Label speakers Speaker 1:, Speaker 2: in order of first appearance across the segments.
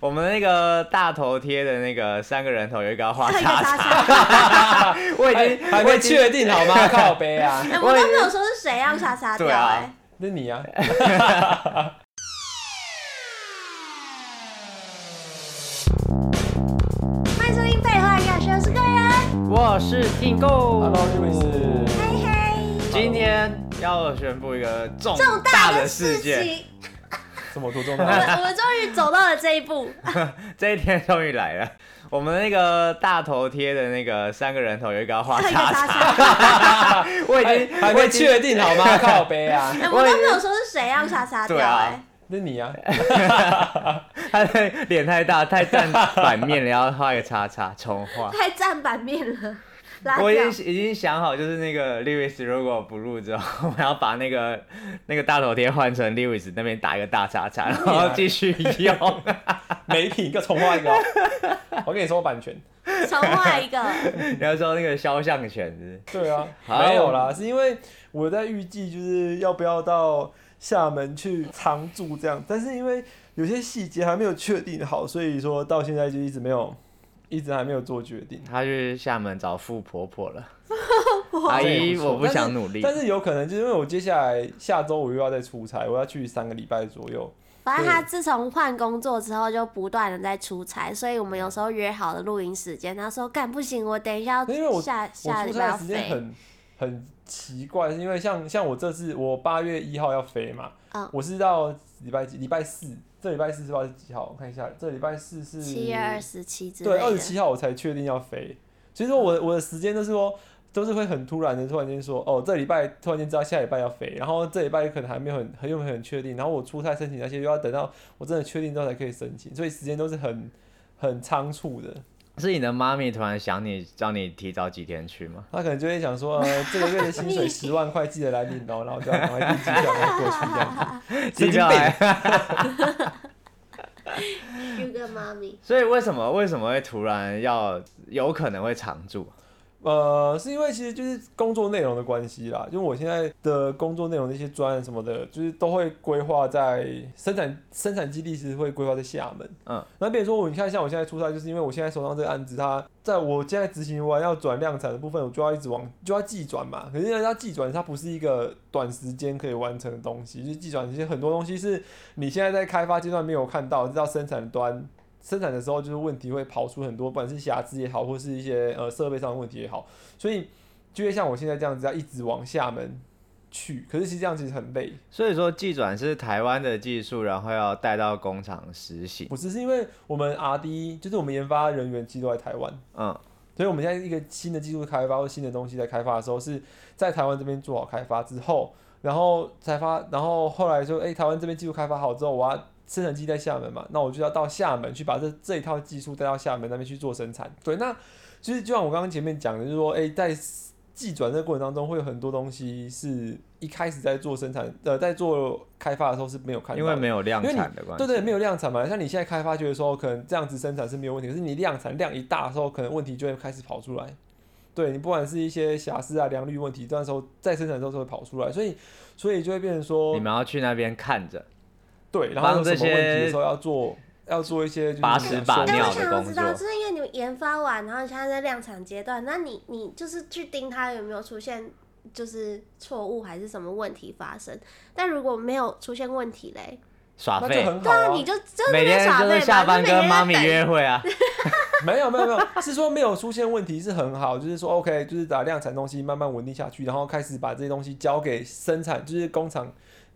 Speaker 1: 我们那个大头贴的那个三个人头有一个要
Speaker 2: 啊
Speaker 1: 画
Speaker 3: 一个
Speaker 1: 叉
Speaker 3: 叉
Speaker 1: 叉，
Speaker 3: 叉，
Speaker 1: 我已
Speaker 2: 还
Speaker 1: 经
Speaker 2: 哎还
Speaker 1: 我
Speaker 2: 没
Speaker 1: 已经
Speaker 2: 确定好 吗？靠背啊，
Speaker 3: 哎，我都没有说是谁要叉叉掉
Speaker 1: 对啊
Speaker 3: 哎。
Speaker 2: 那你啊，
Speaker 3: 欢迎收听废话养生，我是个人，
Speaker 1: 我是订购
Speaker 2: Hello，这位是
Speaker 3: 嘿嘿，
Speaker 1: 今天要宣布一个重
Speaker 3: 重
Speaker 1: 大
Speaker 3: 大
Speaker 1: 的
Speaker 3: 的
Speaker 1: 事
Speaker 3: 事
Speaker 1: 件，
Speaker 3: 情，
Speaker 2: 这么多啊
Speaker 3: 我
Speaker 2: 重大
Speaker 3: 们我 们终于走到了这一步，
Speaker 1: 这一天终于来了。我们那个大头贴的那个三个人头有一个要
Speaker 2: 啊
Speaker 1: 画
Speaker 3: 一个
Speaker 1: 叉
Speaker 3: 叉
Speaker 1: 叉，
Speaker 3: 叉，
Speaker 1: 我已
Speaker 2: 哎还
Speaker 1: 经
Speaker 2: 还
Speaker 1: 我
Speaker 2: 没
Speaker 1: 已经
Speaker 2: 确定好 吗？靠背啊，
Speaker 3: 哎，
Speaker 1: 我
Speaker 3: 我
Speaker 1: 也
Speaker 3: 都没有说是谁要叉叉掉
Speaker 1: 对啊
Speaker 3: 哎。
Speaker 2: 那你啊，
Speaker 1: 他的脸太大太占版面了，要画一个叉叉重画。
Speaker 3: 太占版面 了，拉掉
Speaker 1: 我已。经已经想好，就是那个 Lewis 如果不录之后，我要把那个那个大头贴换成 Lewis 那边打一个大叉 叉，然后继续 用。
Speaker 2: 媒体各重画一个 哦，我跟你说版权。
Speaker 3: 重画 一个，
Speaker 1: 你要说那个肖像权是
Speaker 2: 对啊，
Speaker 1: 好
Speaker 2: 没有啦，是因为我在预计就是要不要到厦门去常住这样，但是因为有些细节还没有确定好，所以说到现在就一直没有，一直还没有做决定
Speaker 1: 不是。他去厦门找富婆婆了。阿姨，
Speaker 2: 这也
Speaker 1: 哎我
Speaker 2: 错
Speaker 1: 不想努力
Speaker 2: 但。是但是有可能就是因为我接下来下周我又要再出差，我要去三个礼拜左右。
Speaker 3: 反正他自从换工作之后就不断的在出差，所以我们有时候约好的录音时间，他说干不行，我等一下
Speaker 2: 因为
Speaker 3: 要
Speaker 2: 我
Speaker 3: 下
Speaker 2: 我
Speaker 3: 下
Speaker 2: 出
Speaker 3: 礼
Speaker 2: 差
Speaker 3: 拜要
Speaker 2: 的时间
Speaker 3: 飞，
Speaker 2: 很很奇怪，是因为像像我这次我八月一号要飞嘛，
Speaker 3: 嗯
Speaker 2: 我是到礼拜几？礼拜四，这礼拜四是不知道是几号？我看一下，这礼拜四是
Speaker 3: 七月二十七之类
Speaker 2: 对，二
Speaker 3: 的嗯
Speaker 2: 十。七号我才确定要飞。所以说我我的时间都是说，都是会很突然的，突然间说，哦，这礼拜突然间知道下礼拜要飞，然后这礼拜可能还没有很很有很确定，然后我出差申请那些又要等到我真的确定之后才可以申请，所以时间都是很很仓促的。
Speaker 1: 是你的妈咪突然想你，叫你提早几天去吗？
Speaker 2: 他可能就会想说，呃，这个月的薪 水
Speaker 3: 你
Speaker 2: 十万块，记得来领哦，然后就要赶快订机票然后过去这样子。
Speaker 1: 接
Speaker 2: 神
Speaker 1: 下
Speaker 2: 经病
Speaker 1: 来。
Speaker 3: 有个妈咪，
Speaker 1: 所以为什么为什么会突然要有可能会常啊住？
Speaker 2: 呃，是因为其实就是工作内容的关系啦，因为我现在的工作内容那些专案什么的，就是都会规划在生产生产基地，其实会规划在厦门。
Speaker 1: 嗯，
Speaker 2: 那比如说我，你看像我现在出差，就是因为我现在手上这个案子，它在我现在执行完要转量产的部分，我就要一直往就要寄转嘛。可是人家寄转它不是一个短时间可以完成的东西，就是寄转其实很多东西是你现在在开发阶段没有看到，直到生产端生产的时候，就是问题会跑出很多，不管是瑕疵也好，或是一些呃设备上的问题也好，所以就会像我现在这样子，要一直往厦门去。可是其实这样其实很累，
Speaker 1: 所以说技转是台湾的技术，然后要带到工厂实行。
Speaker 2: 不是是因为我们 R D 就是我们研发人员其实都在台湾，
Speaker 1: 嗯，
Speaker 2: 所以我们现在一个新的技术开发或新的东西在开发的时候，是在台湾这边做好开发之后，然后才发，然后后来说，诶，台湾这边技术开发好之后，我要生产基地在厦门嘛，那我就要到厦门去把这这一套技术带到厦门那边去做生产。对，那其实就像我刚刚前面讲的，就是说，诶，在技转这个过程当中，会有很多东西是一开始在做生产，呃，在做开发的时候是没有看到
Speaker 1: 因
Speaker 2: 的
Speaker 1: 为。没有量产的关系。
Speaker 2: 对对，没有量产嘛。像你现在开发觉得说，哦可能这样子生产是没有问题，可是你量产量一大的时候，可能问题就会开始跑出来。对你不管是一些瑕疵啊、良率问题，这时候在生产的时候就会跑出来，所以所以就会变成说
Speaker 1: 你，们要去那边看着。
Speaker 2: 对，然后
Speaker 1: 帮
Speaker 2: 有什
Speaker 1: 这
Speaker 2: 么问题
Speaker 1: 些
Speaker 2: 的时候要做要做一些就是
Speaker 1: 把
Speaker 2: 你
Speaker 1: 屎
Speaker 2: 的
Speaker 1: 把
Speaker 2: 收
Speaker 3: 但
Speaker 1: 尿的
Speaker 3: 我想要知道，
Speaker 1: 工
Speaker 3: 就
Speaker 1: 作
Speaker 3: 是因为你们研发完，然后你现在在量产阶段，那你你就是去盯它有没有出现就是错误还是什么问题发生，但如果没有出现问题嘞，
Speaker 1: 耍
Speaker 2: 那就
Speaker 1: 废，
Speaker 2: 很好
Speaker 3: 对啊，
Speaker 2: 啊
Speaker 3: 你。就就在那
Speaker 1: 每
Speaker 3: 边
Speaker 1: 天
Speaker 3: 耍
Speaker 1: 就
Speaker 3: 废
Speaker 1: 是
Speaker 3: 吧
Speaker 1: 下班
Speaker 3: 就每天
Speaker 1: 跟
Speaker 3: 在
Speaker 1: 妈咪
Speaker 3: 等
Speaker 1: 约会 啊。
Speaker 2: 没有没有没有，是说没有出现问题是很好，就是说 OK，就是把量产东西慢慢稳定下去，然后开始把这些东西交给生产，就是工厂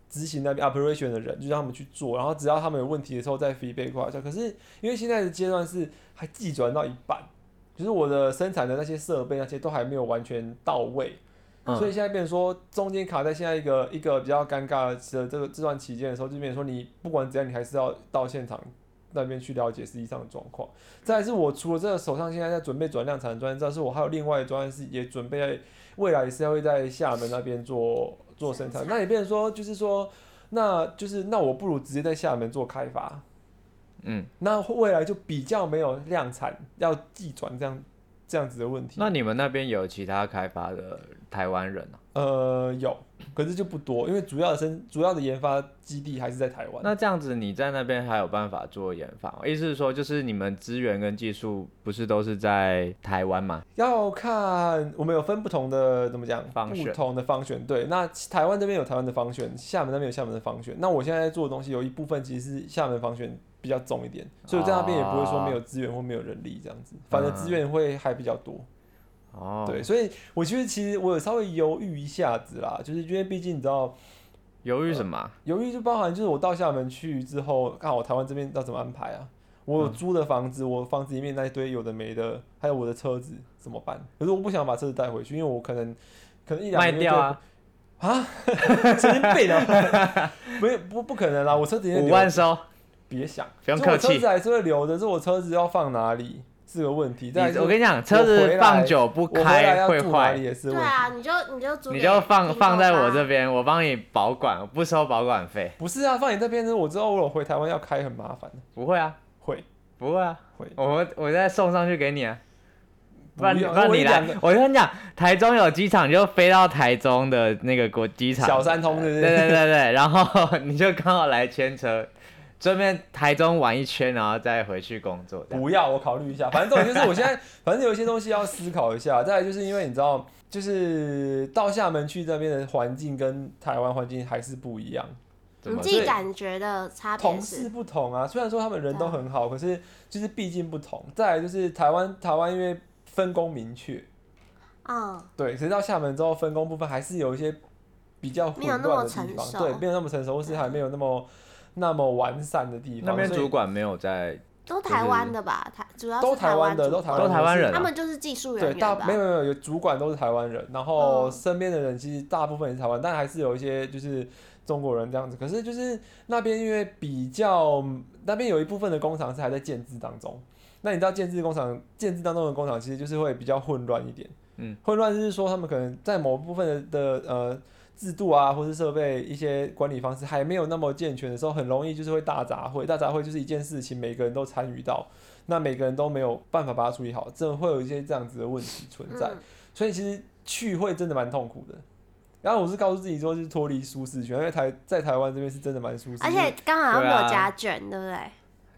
Speaker 2: 执行那边 operation 的人，就让他们去做，然后只要他们有问题的时候再 feedback 过来一下。可是因为现在的阶段是还寄转到一半，就是我的生产的那些设备那些都还没有完全到位，所以
Speaker 1: 嗯，
Speaker 2: 现在变成说，中间卡在现在一个一个比较尴尬的这这个这段期间的时候，就变成说你不管怎样，你还是要到现场那边去了解实际上的状况。再来是我除了这个手上现在在准备转量产的专案之外，是我还有另外的专案是也准备在未来也是会在厦门那边做做生产
Speaker 3: 生。产
Speaker 2: 那也变成说，就是说，那就是那我不如直接在厦门做开发，
Speaker 1: 嗯，
Speaker 2: 那未来就比较没有量产要寄转这样这样子的问题。
Speaker 1: 那你们那边有其他开发的台湾人啊？
Speaker 2: 呃，有可是就不多，因为主要的生主要的研发基地还是在台湾。
Speaker 1: 那这样子你在那边还有办法做研发吗？意思是说，就是你们资源跟技术不是都是在台湾吗？
Speaker 2: 要看我们有分不同的怎么讲，
Speaker 1: 方
Speaker 2: 不
Speaker 1: 选
Speaker 2: 同的方选。对，那台湾这边有台湾的方选，厦门那边有厦门的方选。那我现在做的东西有一部分其实是厦门方选比较重一点，
Speaker 1: 啊
Speaker 2: 所以我在那边也不会说没有资源或没有人力这样子，反而资源会还比较多。
Speaker 1: 哦，
Speaker 2: 对，，所以我其实其实我有稍微犹豫一下子啦，就是因为毕竟你知道，
Speaker 1: 犹豫什么啊？
Speaker 2: 犹豫就包含就是我到厦门去之后，看我台湾这边要怎么安排
Speaker 1: 嗯
Speaker 2: 啊。我有租的房子，我房子里面那一堆有的没的，还有我的车子怎么办？可是我不想把车子带回去，因为我可能可呃能一两
Speaker 1: 卖
Speaker 2: 个月
Speaker 1: 掉
Speaker 2: 就
Speaker 1: 啊，
Speaker 2: 神经病啊！ 没有不不可能啦，我车子也
Speaker 1: 嗯五
Speaker 2: 留，
Speaker 1: 万收，
Speaker 2: 别想，
Speaker 1: 不用
Speaker 2: 所以我
Speaker 1: 客气
Speaker 2: 车子还是会留着，是我车子要放哪里是个问题。
Speaker 1: 你
Speaker 2: 再来是
Speaker 1: 我跟你讲，车
Speaker 2: 我
Speaker 1: 子
Speaker 2: 回来
Speaker 1: 放久不
Speaker 2: 我回来
Speaker 1: 开
Speaker 2: 要
Speaker 1: 会
Speaker 2: 住哪里
Speaker 1: 坏，
Speaker 2: 也是
Speaker 3: 对
Speaker 2: 问题。
Speaker 3: 啊，你就你就租给
Speaker 1: 你就放
Speaker 3: 平头
Speaker 1: 放在
Speaker 3: 吧
Speaker 1: 我这边，我帮你保管，我不收保管费。
Speaker 2: 不是啊，放你这边，我知道我有回台湾要开很麻烦的，
Speaker 1: 不会啊，
Speaker 2: 会
Speaker 1: 不会啊，
Speaker 2: 会。
Speaker 1: 我我再送上去给你啊。不然
Speaker 2: 不
Speaker 1: 你
Speaker 2: 要
Speaker 1: 不然
Speaker 2: 我
Speaker 1: 你
Speaker 2: 一
Speaker 1: 来
Speaker 2: 两个，
Speaker 1: 我跟你讲，台中有机场，你就飞到台中的那个国机场，
Speaker 2: 小三通是不是
Speaker 1: 对对对对，然后 你就刚好来牵车，顺便台中玩一圈，然后再回去工作。这样
Speaker 2: 不要，我考虑一下。反正重点就是我现在，反正有一些东西要思考一下。再来就是因为你知道，就是到厦门去这边的环境跟台湾环境还是不一样，
Speaker 1: 怎
Speaker 3: 你
Speaker 1: 么
Speaker 3: 自
Speaker 2: 所
Speaker 3: 己
Speaker 2: 以
Speaker 3: 感觉的差别
Speaker 2: 同事
Speaker 3: 是，
Speaker 2: 不同啊。虽然说他们人都很好，可是就是毕竟不同。再来就是台湾，台湾因为分工明确，
Speaker 3: 嗯，
Speaker 2: 对，可是到厦门之后分工部分还是有一些比较混
Speaker 3: 没有
Speaker 2: 乱
Speaker 3: 那么
Speaker 2: 的地
Speaker 3: 成熟
Speaker 2: 方，对，没有那么成熟，或是还没有那么那么完善的地方。
Speaker 1: 那边
Speaker 2: 所以
Speaker 1: 主管没有在，
Speaker 3: 都台湾的吧？台主要
Speaker 2: 都
Speaker 3: 是台
Speaker 2: 台湾的，
Speaker 3: 主
Speaker 2: 都台
Speaker 3: 管
Speaker 2: 湾
Speaker 1: 都台湾人啊
Speaker 3: 他们就是技术
Speaker 2: 对，
Speaker 3: 人
Speaker 2: 大
Speaker 3: 员吧
Speaker 2: 没？有没有有主管都是台湾人，然后
Speaker 3: 嗯
Speaker 2: 身边的人其实大部分也是台湾，但还是有一些就是中国人这样子。可是就是那边因为比较那边有一部分的工厂是还在建制当中，那你知道建制工厂建制当中的工厂其实就是会比较混乱一点，
Speaker 1: 嗯，
Speaker 2: 混乱就是说他们可能在某部分的的呃。制度啊，或是设备一些管理方式还没有那么健全的时候，很容易就是会大杂烩。大杂烩就是一件事情，每个人都参与到，那每个人都没有办法把它处理好，真的会有一些这样子的问题存在。
Speaker 3: 嗯，
Speaker 2: 所以其实去会真的蛮痛苦的。然后我是告诉自己说，就是脱离舒适圈，因为台在台湾这边是真的蛮舒适，
Speaker 3: 而且刚好
Speaker 1: 对
Speaker 3: 没
Speaker 1: 啊
Speaker 3: 有家眷，对不对？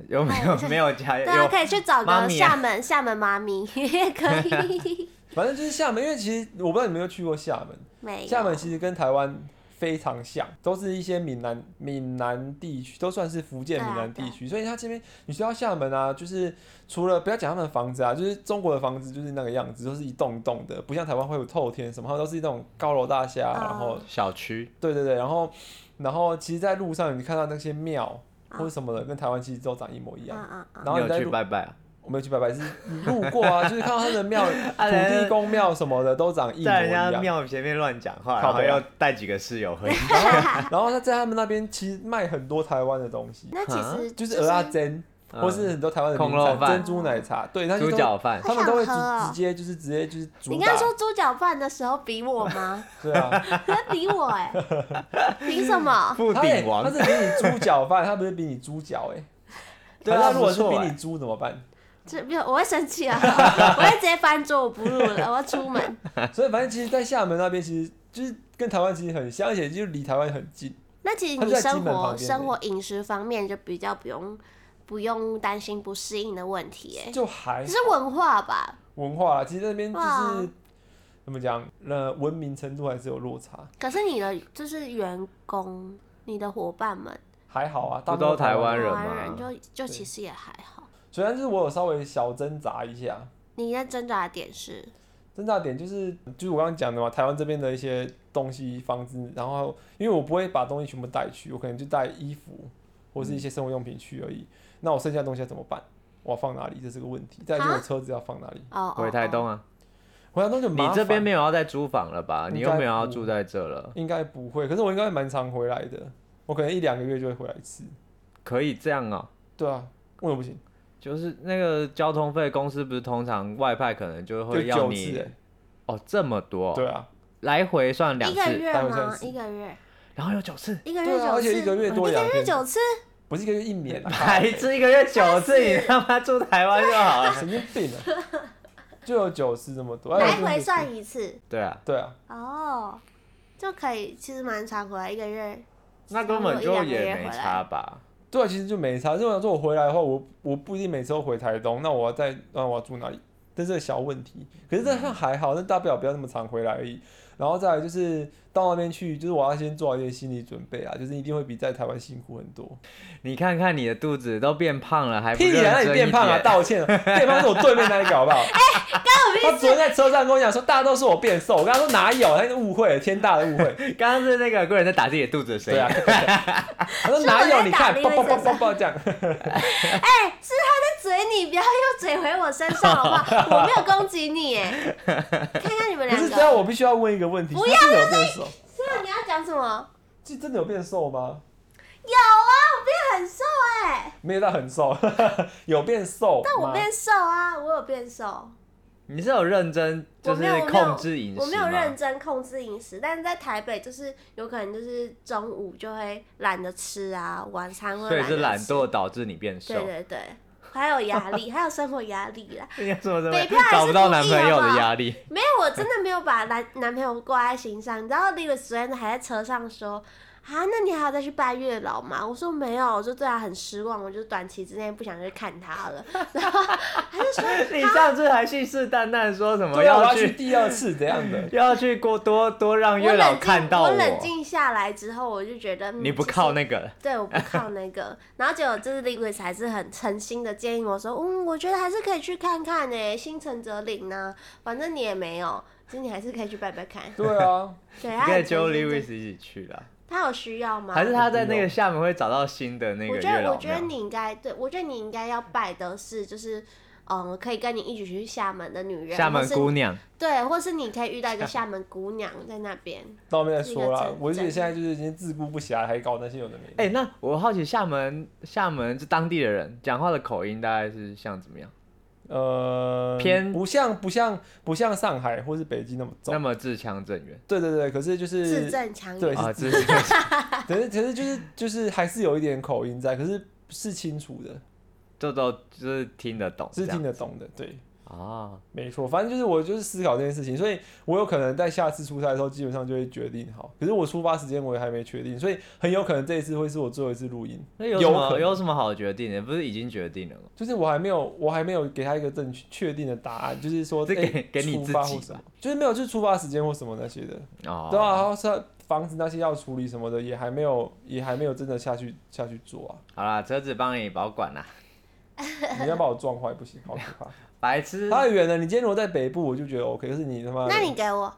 Speaker 1: 有 没有没有加
Speaker 3: 对啊，
Speaker 1: 有
Speaker 3: 可以去找
Speaker 1: 妈
Speaker 3: 个
Speaker 1: 咪啊
Speaker 3: 厦门 厦门妈咪也可 以。
Speaker 2: 反正就是厦门，因为其实我不知道你们有没有去过厦门，
Speaker 3: 没有
Speaker 2: 厦门其实跟台湾非常像，都是一些闽南闽南地区，都算是福建
Speaker 3: 对啊
Speaker 2: 闽南
Speaker 3: 对
Speaker 2: 地
Speaker 3: 啊
Speaker 2: 区，所以它这边你去到厦门啊，就是除了不要讲他们的房子啊，就是中国的房子就是那个样子，都、是一栋一栋的，不像台湾会有透天什么，它都是那种高楼大厦，
Speaker 3: 啊
Speaker 2: 然后
Speaker 1: 小区，
Speaker 2: 对对对，然后然后其实，在路上你看到那些庙
Speaker 3: 啊
Speaker 2: 或者什么的，跟台湾其实都长一模
Speaker 3: 嗯
Speaker 2: 一样。
Speaker 3: 嗯嗯，
Speaker 2: 然
Speaker 1: 你
Speaker 2: 后你
Speaker 1: 有
Speaker 2: 在
Speaker 1: 去
Speaker 2: 路，
Speaker 1: 拜拜啊？
Speaker 2: 我没有去拜拜，是你路过啊，就是看到他们 的庙，
Speaker 3: 啊
Speaker 2: 土
Speaker 1: 人
Speaker 2: 地公庙什么的都长一模
Speaker 1: 在
Speaker 2: 一
Speaker 1: 人家
Speaker 2: 样。
Speaker 1: 庙前面乱讲话，
Speaker 2: 靠
Speaker 1: 然后
Speaker 2: 北啊
Speaker 1: 要带几个室友回去。
Speaker 2: 然后他在他们那边其实卖很多台湾的东西，
Speaker 3: 那其实
Speaker 2: 就是
Speaker 3: 是
Speaker 2: 鹅啊煎，
Speaker 1: 嗯
Speaker 2: 或是很多台湾的
Speaker 1: 空
Speaker 2: 名
Speaker 1: 肉
Speaker 2: 产，
Speaker 1: 饭
Speaker 2: 珍珠奶茶，对，那些
Speaker 1: 猪
Speaker 2: 都
Speaker 1: 脚饭，
Speaker 2: 他们都会直
Speaker 3: 好想喝哦
Speaker 2: 直接就是直接就是主
Speaker 3: 你刚
Speaker 2: 打
Speaker 3: 刚，说猪脚饭的时候比我吗？
Speaker 2: 对啊，
Speaker 3: 不要比我哎、凭什 么？
Speaker 1: 布
Speaker 2: 他也
Speaker 1: 丁王
Speaker 2: 他是比你猪脚饭，他不是比你猪脚 哎，
Speaker 1: 对啊
Speaker 2: 可是他如果是
Speaker 1: 不
Speaker 2: 比
Speaker 1: 错欸
Speaker 2: 你猪怎么办？
Speaker 3: 这不要，我会生气 啊！我会直接翻桌，我不录了，我要出门。
Speaker 1: 欸
Speaker 2: 所以反正其实，在厦门那边，其实就是跟台湾其实很像，而且就离台湾很近。
Speaker 3: 那其实
Speaker 2: 他
Speaker 3: 你
Speaker 2: 就在金
Speaker 3: 生
Speaker 2: 门旁
Speaker 3: 活、
Speaker 2: 边欸
Speaker 3: 生活饮食方面就比较不用不用担心不适应的问题哎、
Speaker 2: 就还
Speaker 3: 只是文化吧，
Speaker 2: 文化啦，其实那边就
Speaker 3: 哇
Speaker 2: 是怎么讲，呃，文明程度还是有落差。
Speaker 3: 可是你的就是员工、你的伙伴们，
Speaker 2: 还好啊，
Speaker 1: 不
Speaker 2: 大
Speaker 1: 都
Speaker 2: 部分
Speaker 1: 台湾
Speaker 3: 台
Speaker 1: 人
Speaker 3: 湾
Speaker 1: 吗
Speaker 3: 人就就
Speaker 2: 对
Speaker 3: 其实也还好。
Speaker 2: 虽然就是我有稍微小挣扎一下，
Speaker 3: 你在挣扎的点是，
Speaker 2: 挣扎点就是就是我刚刚讲的嘛，台湾这边的一些东西、房子，然后因为我不会把东西全部带去，我可能就带衣服或是一些生活用品去而已。那我剩下的东西要怎么办？我要放哪里？这是个问题。再来就是我
Speaker 3: 啊
Speaker 2: 车子要放哪里？
Speaker 3: 哦，
Speaker 1: 回
Speaker 3: 哦
Speaker 1: 台，
Speaker 3: 哦
Speaker 1: 东啊。
Speaker 2: 回台东就麻
Speaker 1: 你
Speaker 2: 烦。
Speaker 1: 这边没有要再租房了吧？
Speaker 2: 应
Speaker 1: 你又
Speaker 2: 该
Speaker 1: 没有要
Speaker 2: 不
Speaker 1: 住在这了，
Speaker 2: 应该不会，可是我应该蛮常回来的，我可能一两个月就会回来一次。
Speaker 1: 可以这样哦、
Speaker 2: 对啊，为什么不行？
Speaker 1: 就是那个交通费，公司不是通常外派可能就
Speaker 2: 就
Speaker 1: 会要
Speaker 2: 九次、
Speaker 1: 你
Speaker 2: 欸，
Speaker 1: 哦这么多，
Speaker 2: 对啊，
Speaker 1: 来回算两
Speaker 3: 一个
Speaker 1: 次，
Speaker 3: 月
Speaker 2: 大概
Speaker 3: 吗
Speaker 2: 算？是
Speaker 3: 一个月，
Speaker 1: 然后有九次，
Speaker 3: 一个
Speaker 2: 对
Speaker 3: 月
Speaker 2: 啊，
Speaker 3: 九
Speaker 2: 而
Speaker 3: 次，
Speaker 2: 且
Speaker 3: 哦
Speaker 2: 一个月多
Speaker 3: 一个
Speaker 2: 两
Speaker 3: 月
Speaker 2: 天，
Speaker 3: 九次，
Speaker 2: 不是一个月一年啊，
Speaker 1: 来一次一个月九次，你他妈住台湾就好了。
Speaker 2: 神经病啊，就有九次这么多，哎
Speaker 3: 来
Speaker 2: 我真的
Speaker 3: 回
Speaker 2: 是
Speaker 3: 算一次
Speaker 1: 对啊，
Speaker 2: 对啊，
Speaker 3: 哦。就可以其实蛮常回来，一个月
Speaker 1: 那根本
Speaker 3: 差
Speaker 1: 就
Speaker 3: 不多一两个
Speaker 1: 也
Speaker 3: 月
Speaker 1: 没
Speaker 3: 回来
Speaker 1: 差吧？
Speaker 2: 对啊，其实就没差。就想说我回来的话，我我不一定每次都回台东，那我要在那我要住哪里？这是个小问题。可是这样还好，那大不了不要那么常回来而已。然后再来就是到那边去，就是我要先做好一些心理准备啊，就是一定会比在台湾辛苦很多。
Speaker 1: 你看看你的肚子都变胖了，还不
Speaker 2: 屁
Speaker 1: 认
Speaker 2: 啦，那你
Speaker 1: 真一
Speaker 2: 变胖啊？
Speaker 1: 点？
Speaker 2: 道歉，变胖是我对面那里搞好不好？他昨天在车上跟我讲说，大家都说我变瘦，我跟他说哪有，他是误会，天大的误会。
Speaker 1: 刚刚是那个贵人在打自己的肚子的声音
Speaker 2: 对啊，，他说哪有？你看，
Speaker 3: 是
Speaker 2: 叭
Speaker 3: 我在打另
Speaker 2: 叭叭
Speaker 3: 外一
Speaker 2: 叭
Speaker 3: 只
Speaker 2: 叭这样。
Speaker 3: 嘴你，不要用嘴回我身上好不好？ 我没有攻击你，哎，看看你们
Speaker 2: 可
Speaker 3: 两
Speaker 2: 是，
Speaker 3: 个，
Speaker 2: 这样我必须要问一个问题：
Speaker 3: 不
Speaker 2: 是真的有变瘦？
Speaker 3: 那你要讲什么？
Speaker 2: 是真的有变瘦吗？
Speaker 3: 有啊，我变很瘦哎、
Speaker 2: 没有到很瘦， 有变瘦吗。
Speaker 3: 但我变瘦啊，我有变瘦，
Speaker 1: 你是有认真就
Speaker 3: 我
Speaker 1: 是
Speaker 3: 没有我没有
Speaker 1: 控制饮食
Speaker 3: 我没有
Speaker 1: 吗
Speaker 3: 认真控制饮食，但是在台北就是有可能就是中午就会懒得吃啊，晚餐会
Speaker 1: 所以是懒
Speaker 3: 得吃，
Speaker 1: 惰导致你变瘦
Speaker 3: 对。对对，还有压力， 还有生活压力 啦。
Speaker 1: 你有什么什
Speaker 3: 北漂
Speaker 1: 么
Speaker 3: 还是
Speaker 1: 找不到
Speaker 3: 故意
Speaker 1: 男朋友
Speaker 3: 好不
Speaker 1: 的
Speaker 3: 好
Speaker 1: 压力？
Speaker 3: 没有，我真的没有把男男朋友挂在心上。你知道 l e w 昨天还在车上说。啊，那你还要再去拜月老吗？我说没有，我就对他很失望，我就短期之内不想去看他了。 然后他就说，
Speaker 1: 你上次还信誓旦旦说什么
Speaker 2: 对啊，我要去
Speaker 1: 去
Speaker 2: 第二次怎样 的？
Speaker 1: 要去过多多让
Speaker 3: 我
Speaker 1: 月老
Speaker 3: 冷
Speaker 1: 看
Speaker 3: 静，
Speaker 1: 到
Speaker 3: 我冷静下来之后，我就觉得、嗯
Speaker 1: 你不靠
Speaker 3: 就是
Speaker 1: 那个了，
Speaker 3: 对，我不靠那个。 然后结果就是 Liquid 还是很诚心的建议我说，嗯，我觉得还是可以去看看呢、心诚则灵呢、反正你也没有，其实你还是可以去拜拜看。
Speaker 2: 对啊，
Speaker 3: 对，
Speaker 1: 你
Speaker 3: 他
Speaker 1: 可以
Speaker 3: 很
Speaker 1: 揪 l
Speaker 3: 诚心
Speaker 1: e
Speaker 3: 建
Speaker 1: w
Speaker 3: 议
Speaker 1: s 一起去啦。
Speaker 3: 他有需要吗？
Speaker 1: 还是他在那个厦门会找到新的那个
Speaker 3: 哦我
Speaker 1: 月
Speaker 3: 觉得，
Speaker 1: 老
Speaker 3: 我觉得
Speaker 1: 庙？
Speaker 3: 你应该，对我觉得你应该要拜的是，就是，嗯，可以跟你一起去厦门的女人，
Speaker 1: 厦门
Speaker 3: 或是
Speaker 1: 姑娘，
Speaker 3: 对，或是你可以遇到一个厦门姑娘在那 边。
Speaker 2: 那我们再说
Speaker 3: 这个
Speaker 2: 啦
Speaker 3: 真。
Speaker 2: 我就觉得现在就是已经自顾不暇，还搞那些有的没的。
Speaker 1: 哎、那我好奇厦门厦门是当地的人讲话的口音大概是像怎么样？
Speaker 2: 呃，
Speaker 1: 偏
Speaker 2: 不像不像不像上海或是北京那么重
Speaker 1: 那。么自强正源
Speaker 2: 对对对，可是就
Speaker 3: 字
Speaker 2: 是，
Speaker 3: 正腔
Speaker 2: 对
Speaker 3: 圆。
Speaker 1: 啊，自强
Speaker 2: 可是可是就是就是还是有一点口音在，可是是清楚的，
Speaker 1: 这都就是听得懂这
Speaker 2: 是
Speaker 1: 样
Speaker 2: 听得懂的，对。
Speaker 1: 啊。
Speaker 2: 没错，反正就是我就是思考这件事情，所以我有可能在下次出差的时候，基本上就会决定好。可是我出发时间我也还没确定，所以很有可能这一次会是我最后一次录音，
Speaker 1: 那有什
Speaker 2: 有
Speaker 1: 么
Speaker 2: 可
Speaker 1: 有什么好决定的？不是已经决定了吗？
Speaker 2: 就是我还没有我还没有给他一个正确确定的答案，就是说
Speaker 1: 这给
Speaker 2: 诶
Speaker 1: 给你
Speaker 2: 出发
Speaker 1: 自己
Speaker 2: 或什
Speaker 1: 吧
Speaker 2: 么，就是没有就是出发时间或什么那些的，
Speaker 1: 哦，
Speaker 2: 对啊，然后是房子那些要处理什么的，也还没有也还没有真的下去下去做啊，
Speaker 1: 好啦，车子帮你保管啦。
Speaker 2: 你要把我撞坏不行，好可 怕，
Speaker 1: 白痴，
Speaker 2: 太远了。你今天如果在北部，我就觉得 OK，可是你他妈的，
Speaker 3: 那你给我，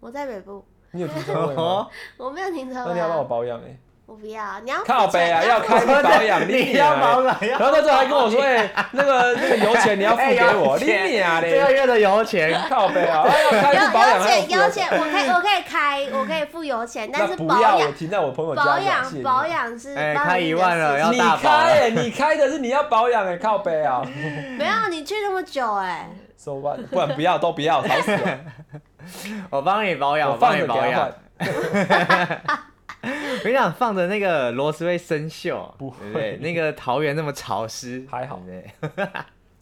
Speaker 3: 我在北部，
Speaker 2: 你有停车位
Speaker 1: 哦
Speaker 2: 吗？
Speaker 3: 我没有停车
Speaker 2: 那
Speaker 3: 位、
Speaker 2: 你要帮我
Speaker 3: 啊，
Speaker 2: 保养哎、
Speaker 3: 我不要，你要
Speaker 2: 靠
Speaker 3: 付钱
Speaker 2: 背啊，
Speaker 3: 你
Speaker 2: 要
Speaker 3: 付
Speaker 2: 开保养，
Speaker 1: 哎你
Speaker 2: 你
Speaker 1: 要保
Speaker 2: 啊！
Speaker 1: 管要
Speaker 2: 然后到最后还跟我说，哎，那个那个油钱你要付给我，
Speaker 1: 哎有
Speaker 2: 你
Speaker 1: 钱
Speaker 2: 娘
Speaker 1: 这个
Speaker 2: 嘞！
Speaker 1: 月的油钱，
Speaker 2: 靠背啊，哎
Speaker 3: 有
Speaker 2: 要开付保养
Speaker 3: 有
Speaker 2: 还有
Speaker 3: 钱
Speaker 2: 付油
Speaker 3: 有，钱，我可以我可以开，我可以付油钱，但
Speaker 2: 那
Speaker 3: 是
Speaker 2: 不
Speaker 3: 保
Speaker 2: 要我
Speaker 3: 养
Speaker 2: 停在我朋友
Speaker 3: 保
Speaker 2: 家就好，谢谢
Speaker 3: 养
Speaker 2: 你
Speaker 3: 保。养是
Speaker 1: 哎
Speaker 3: 保养
Speaker 1: 开
Speaker 3: 是你
Speaker 1: 一
Speaker 3: 的
Speaker 1: 万了
Speaker 3: 事
Speaker 1: 要
Speaker 2: 你
Speaker 1: 大保
Speaker 2: 开哎，你开的是你要保养哎，靠背啊，
Speaker 3: 情没有你去那么久哎、
Speaker 2: 手腕，不然不要都不要，吵死了，
Speaker 1: 我帮你保养，
Speaker 2: 我
Speaker 1: 我帮
Speaker 2: 放
Speaker 1: 你
Speaker 2: 着给
Speaker 1: 保
Speaker 2: 他
Speaker 1: 养
Speaker 2: 换。。
Speaker 1: 我跟你讲，放着那个螺丝会生锈，
Speaker 2: 不
Speaker 1: 对不对？那个桃园那么潮湿，
Speaker 2: 还好
Speaker 1: 对不对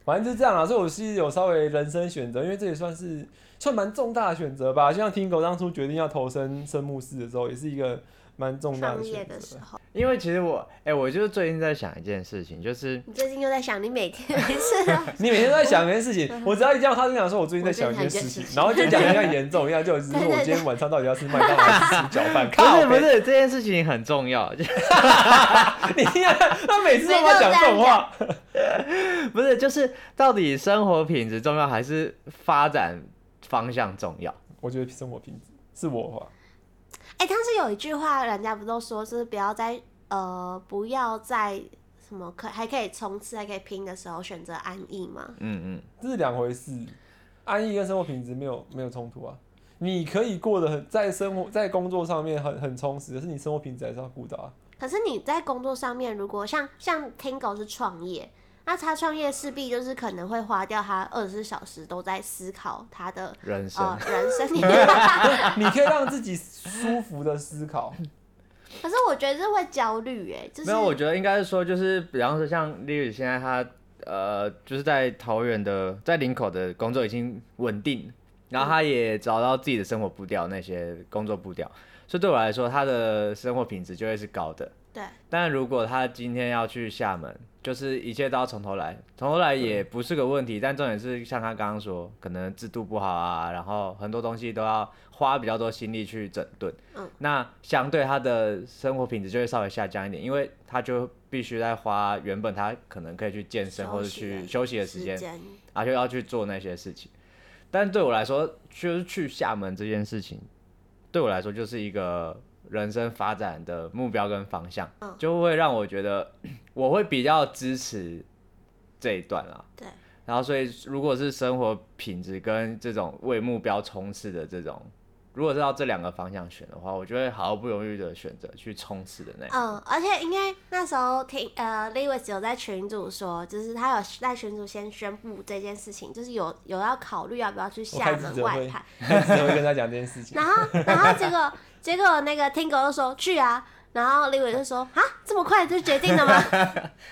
Speaker 2: 反正就这样啦，所以我是有稍微人生选择，因为这也算是算蛮重大的选择吧。就像听狗当初决定要投身生牧师的时候，也是一个蛮重大
Speaker 3: 创
Speaker 2: 的
Speaker 3: 业
Speaker 2: 选
Speaker 3: 的
Speaker 2: 择
Speaker 3: 时。候，
Speaker 1: 因为其实我，哎、我就是最近在想一件事情，就是
Speaker 3: 你最近又在想你每天没事啊，
Speaker 2: 你每天都在想一件事情，我只要一叫他就讲说，嗯我最近在想一件事情，然后就讲的像严重一样，就只是说我今天晚上到底要吃麦当劳还是吃饺饭？
Speaker 1: 不
Speaker 2: 靠
Speaker 1: 是不
Speaker 2: 北，
Speaker 1: 是这件事情很重要， 就
Speaker 2: 你他每次都要讲 这种话，
Speaker 1: 不是就是到底生活品质重要还是发展方向重要？
Speaker 2: 我觉得生活品质是我的话，
Speaker 3: 哎、但是有一句话，人家不都说，就是不要在呃不要在什么可还可以冲刺还可以拼的时候选择安逸吗？
Speaker 1: 嗯嗯，
Speaker 2: 这是两回事，安逸跟生活品质没有没有冲突啊。你可以过得很在生活在工作上面很很充实，可是你生活品质还是要顾到啊。
Speaker 3: 可是你在工作上面，如果像像 Tingo 是创业，那他创业势必就是可能会花掉他二十四小时都在思考他的
Speaker 1: 人生、
Speaker 3: 呃人 生里
Speaker 2: 你可以让自己舒服的思 考，
Speaker 3: 可是我觉得这会焦虑哎、就是
Speaker 1: 没有，我觉得应该是说，就是比方说像丽宇现在她呃，就是在桃园的，在林口的工作已经稳定，然后他也找到自己的生活步调，那些工作步调，所以对我来说，他的生活品质就会是高的。
Speaker 3: 对，
Speaker 1: 但如果他今天要去厦门，就是一切都要从头来，从头来也不是个问题。但重点是，像他刚刚说，可能制度不好啊，然后很多东西都要花比较多心力去整顿。
Speaker 3: 嗯，
Speaker 1: 那相对他的生活品质就会稍微下降一点，因为他就必须在花原本他可能可以去健
Speaker 3: 啊
Speaker 1: 身或者去休息的时间，
Speaker 3: 间，
Speaker 1: 啊，就要去做那些事情。但对我来说，就是去厦门这件事情，对我来说就是一个人生发展的目标跟方向，
Speaker 3: 嗯
Speaker 1: 就会让我觉得我会比较支持这一段啦。
Speaker 3: 对，
Speaker 1: 然后，所以如果是生活品质跟这种为目标冲刺的这种，如果是要这两个方向选的话，我就会毫不犹豫的选择去冲刺的那一个。
Speaker 3: 嗯，而且应该那时候听呃 Lewis 有在群组说，就是他有在群组先宣布这件事情，就是有有要考虑要不要去
Speaker 2: 我
Speaker 3: 厦
Speaker 2: 开记
Speaker 3: 门
Speaker 2: 者
Speaker 3: 外
Speaker 2: 会
Speaker 3: 派，，
Speaker 2: 开记者会跟他讲这件事情。
Speaker 3: 然后然后结果 结果那个听狗就说去啊，然后 Lewis 就说啊这么快就决定了吗？！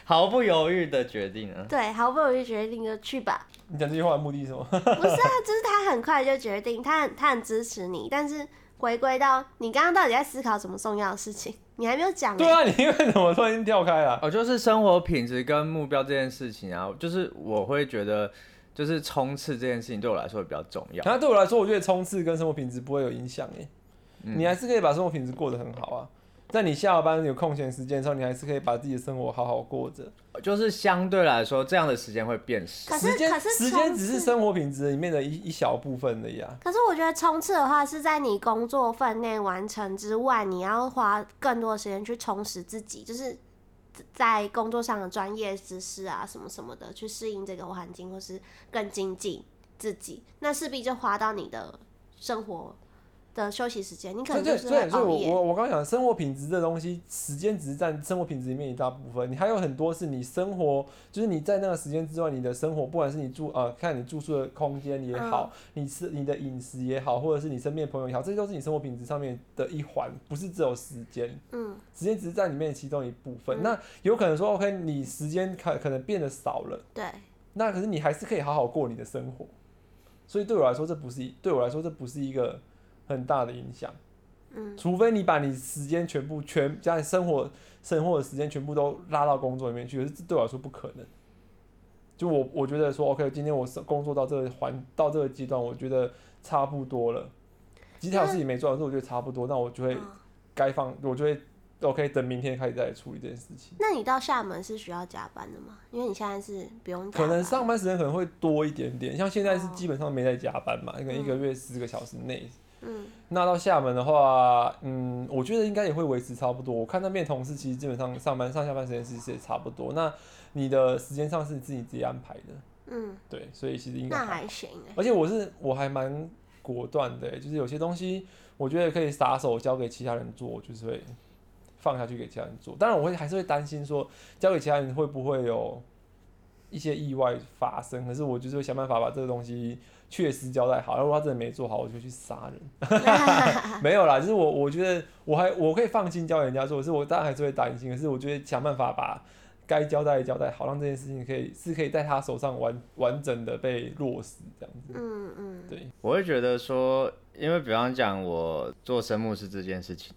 Speaker 1: 毫不犹豫的决定啊
Speaker 3: 对，毫不犹豫决定就去吧。
Speaker 2: 你讲这句话的目的是什 么？
Speaker 3: 不是啊，就是他很快就决定，他很他很支持你，但是回归到你刚刚到底在思考什么重要的事情，你还没有讲呢。欸
Speaker 2: 对啊，你为什么突然间跳开啊了？
Speaker 1: 哦，就是生活品质跟目标这件事情啊，就是我会觉得，就是冲刺这件事情对我来说比较重要。
Speaker 2: 然后对我来说，我觉得冲刺跟生活品质不会有影响诶、你还是可以把生活品质过得很好啊。在你下班有空闲时间的时候，你还是可以把自己的生活好好过着。
Speaker 1: 就是相对来说，这样的时间会变少。
Speaker 3: 可是
Speaker 2: 时间
Speaker 3: 可是
Speaker 2: 时间
Speaker 3: 冲
Speaker 2: 只是
Speaker 3: 刺
Speaker 2: 生活品质里面的一一小部分而已啊。
Speaker 3: 可是我觉得冲刺的话，是在你工作分内完成之外，你要花更多的时间去充实自己，就是在工作上的专业知识啊，什么什么的，去适应这个环境，或是更精进自己。那势必就花到你的生活的休息时间，你可
Speaker 2: 所
Speaker 3: 能
Speaker 2: 以对，
Speaker 3: 就是
Speaker 2: 所
Speaker 3: 会
Speaker 2: 以所以
Speaker 3: 熬
Speaker 2: 我
Speaker 3: 夜。
Speaker 2: 我我刚刚讲生活品质这东西，时间只是占生活品质里面一大部分，你还有很多是你生活，就是你在那个时间之外，你的生活，不管是你住呃看你住宿的空间也好，
Speaker 3: 嗯
Speaker 2: 你吃你的饮食也好，或者是你身边的朋友也好，这都是你生活品质上面的一环，不是只有时间。
Speaker 3: 嗯，
Speaker 2: 时间只是在里面的其中一部分，
Speaker 3: 嗯
Speaker 2: 那有可能说，OK，你时间可可能变得少了，
Speaker 3: 对，
Speaker 2: 那可是你还是可以好好过你的生活，所以对我来说，这不是一对我来说这不是一个很大的影响。
Speaker 3: 嗯，
Speaker 2: 除非你把你时间全部全加上生活生活的时间全部都拉到工作里面去，可是这对我来说不可能。就我我觉得说，OK，今天我是工作到这个环到这个阶段，我觉得差不多了，几条事情没做完，可是我觉得差不多，那我就会
Speaker 3: 嗯
Speaker 2: 该放，我就会 OK，等明天开始再来处理这件事情。
Speaker 3: 那你到厦门是需要加班的吗？因为你现在是不用加
Speaker 2: 可
Speaker 3: 班，
Speaker 2: 能上班时间可能会多一点点，像现在是
Speaker 3: 哦
Speaker 2: 基本上没在加班嘛，可能一个月四个小时内。
Speaker 3: 嗯
Speaker 2: 那到厦门的话，嗯，我觉得应该也会维持差不多。我看那边同事其实基本上上班上下班时间其实也差不多。那你的时间上是自己自己安排的，
Speaker 3: 嗯，
Speaker 2: 对，所以其实应该
Speaker 3: 那
Speaker 2: 还好。
Speaker 3: 还行哎、
Speaker 2: 而且我是我还蛮果断的欸、就是有些东西我觉得可以撒手交给其他人做，我就是会放下去给其他人做。当然，我会还是会担心说交给其他人会不会有一些意外发生，可是我就是会想办法把这个东西确实交代好。如果他真的没做好，我就去杀人。 没有啦，就是我我觉得我还我可以放心交给人家做，可是我当然还是会担心，可是我就会想办法把。该交代的交代好，让这件事情可以是可以在他手上完完整的被落实这样子。
Speaker 3: 嗯嗯
Speaker 2: 对
Speaker 1: 我会觉得说，因为比方讲我做生牧师这件事情，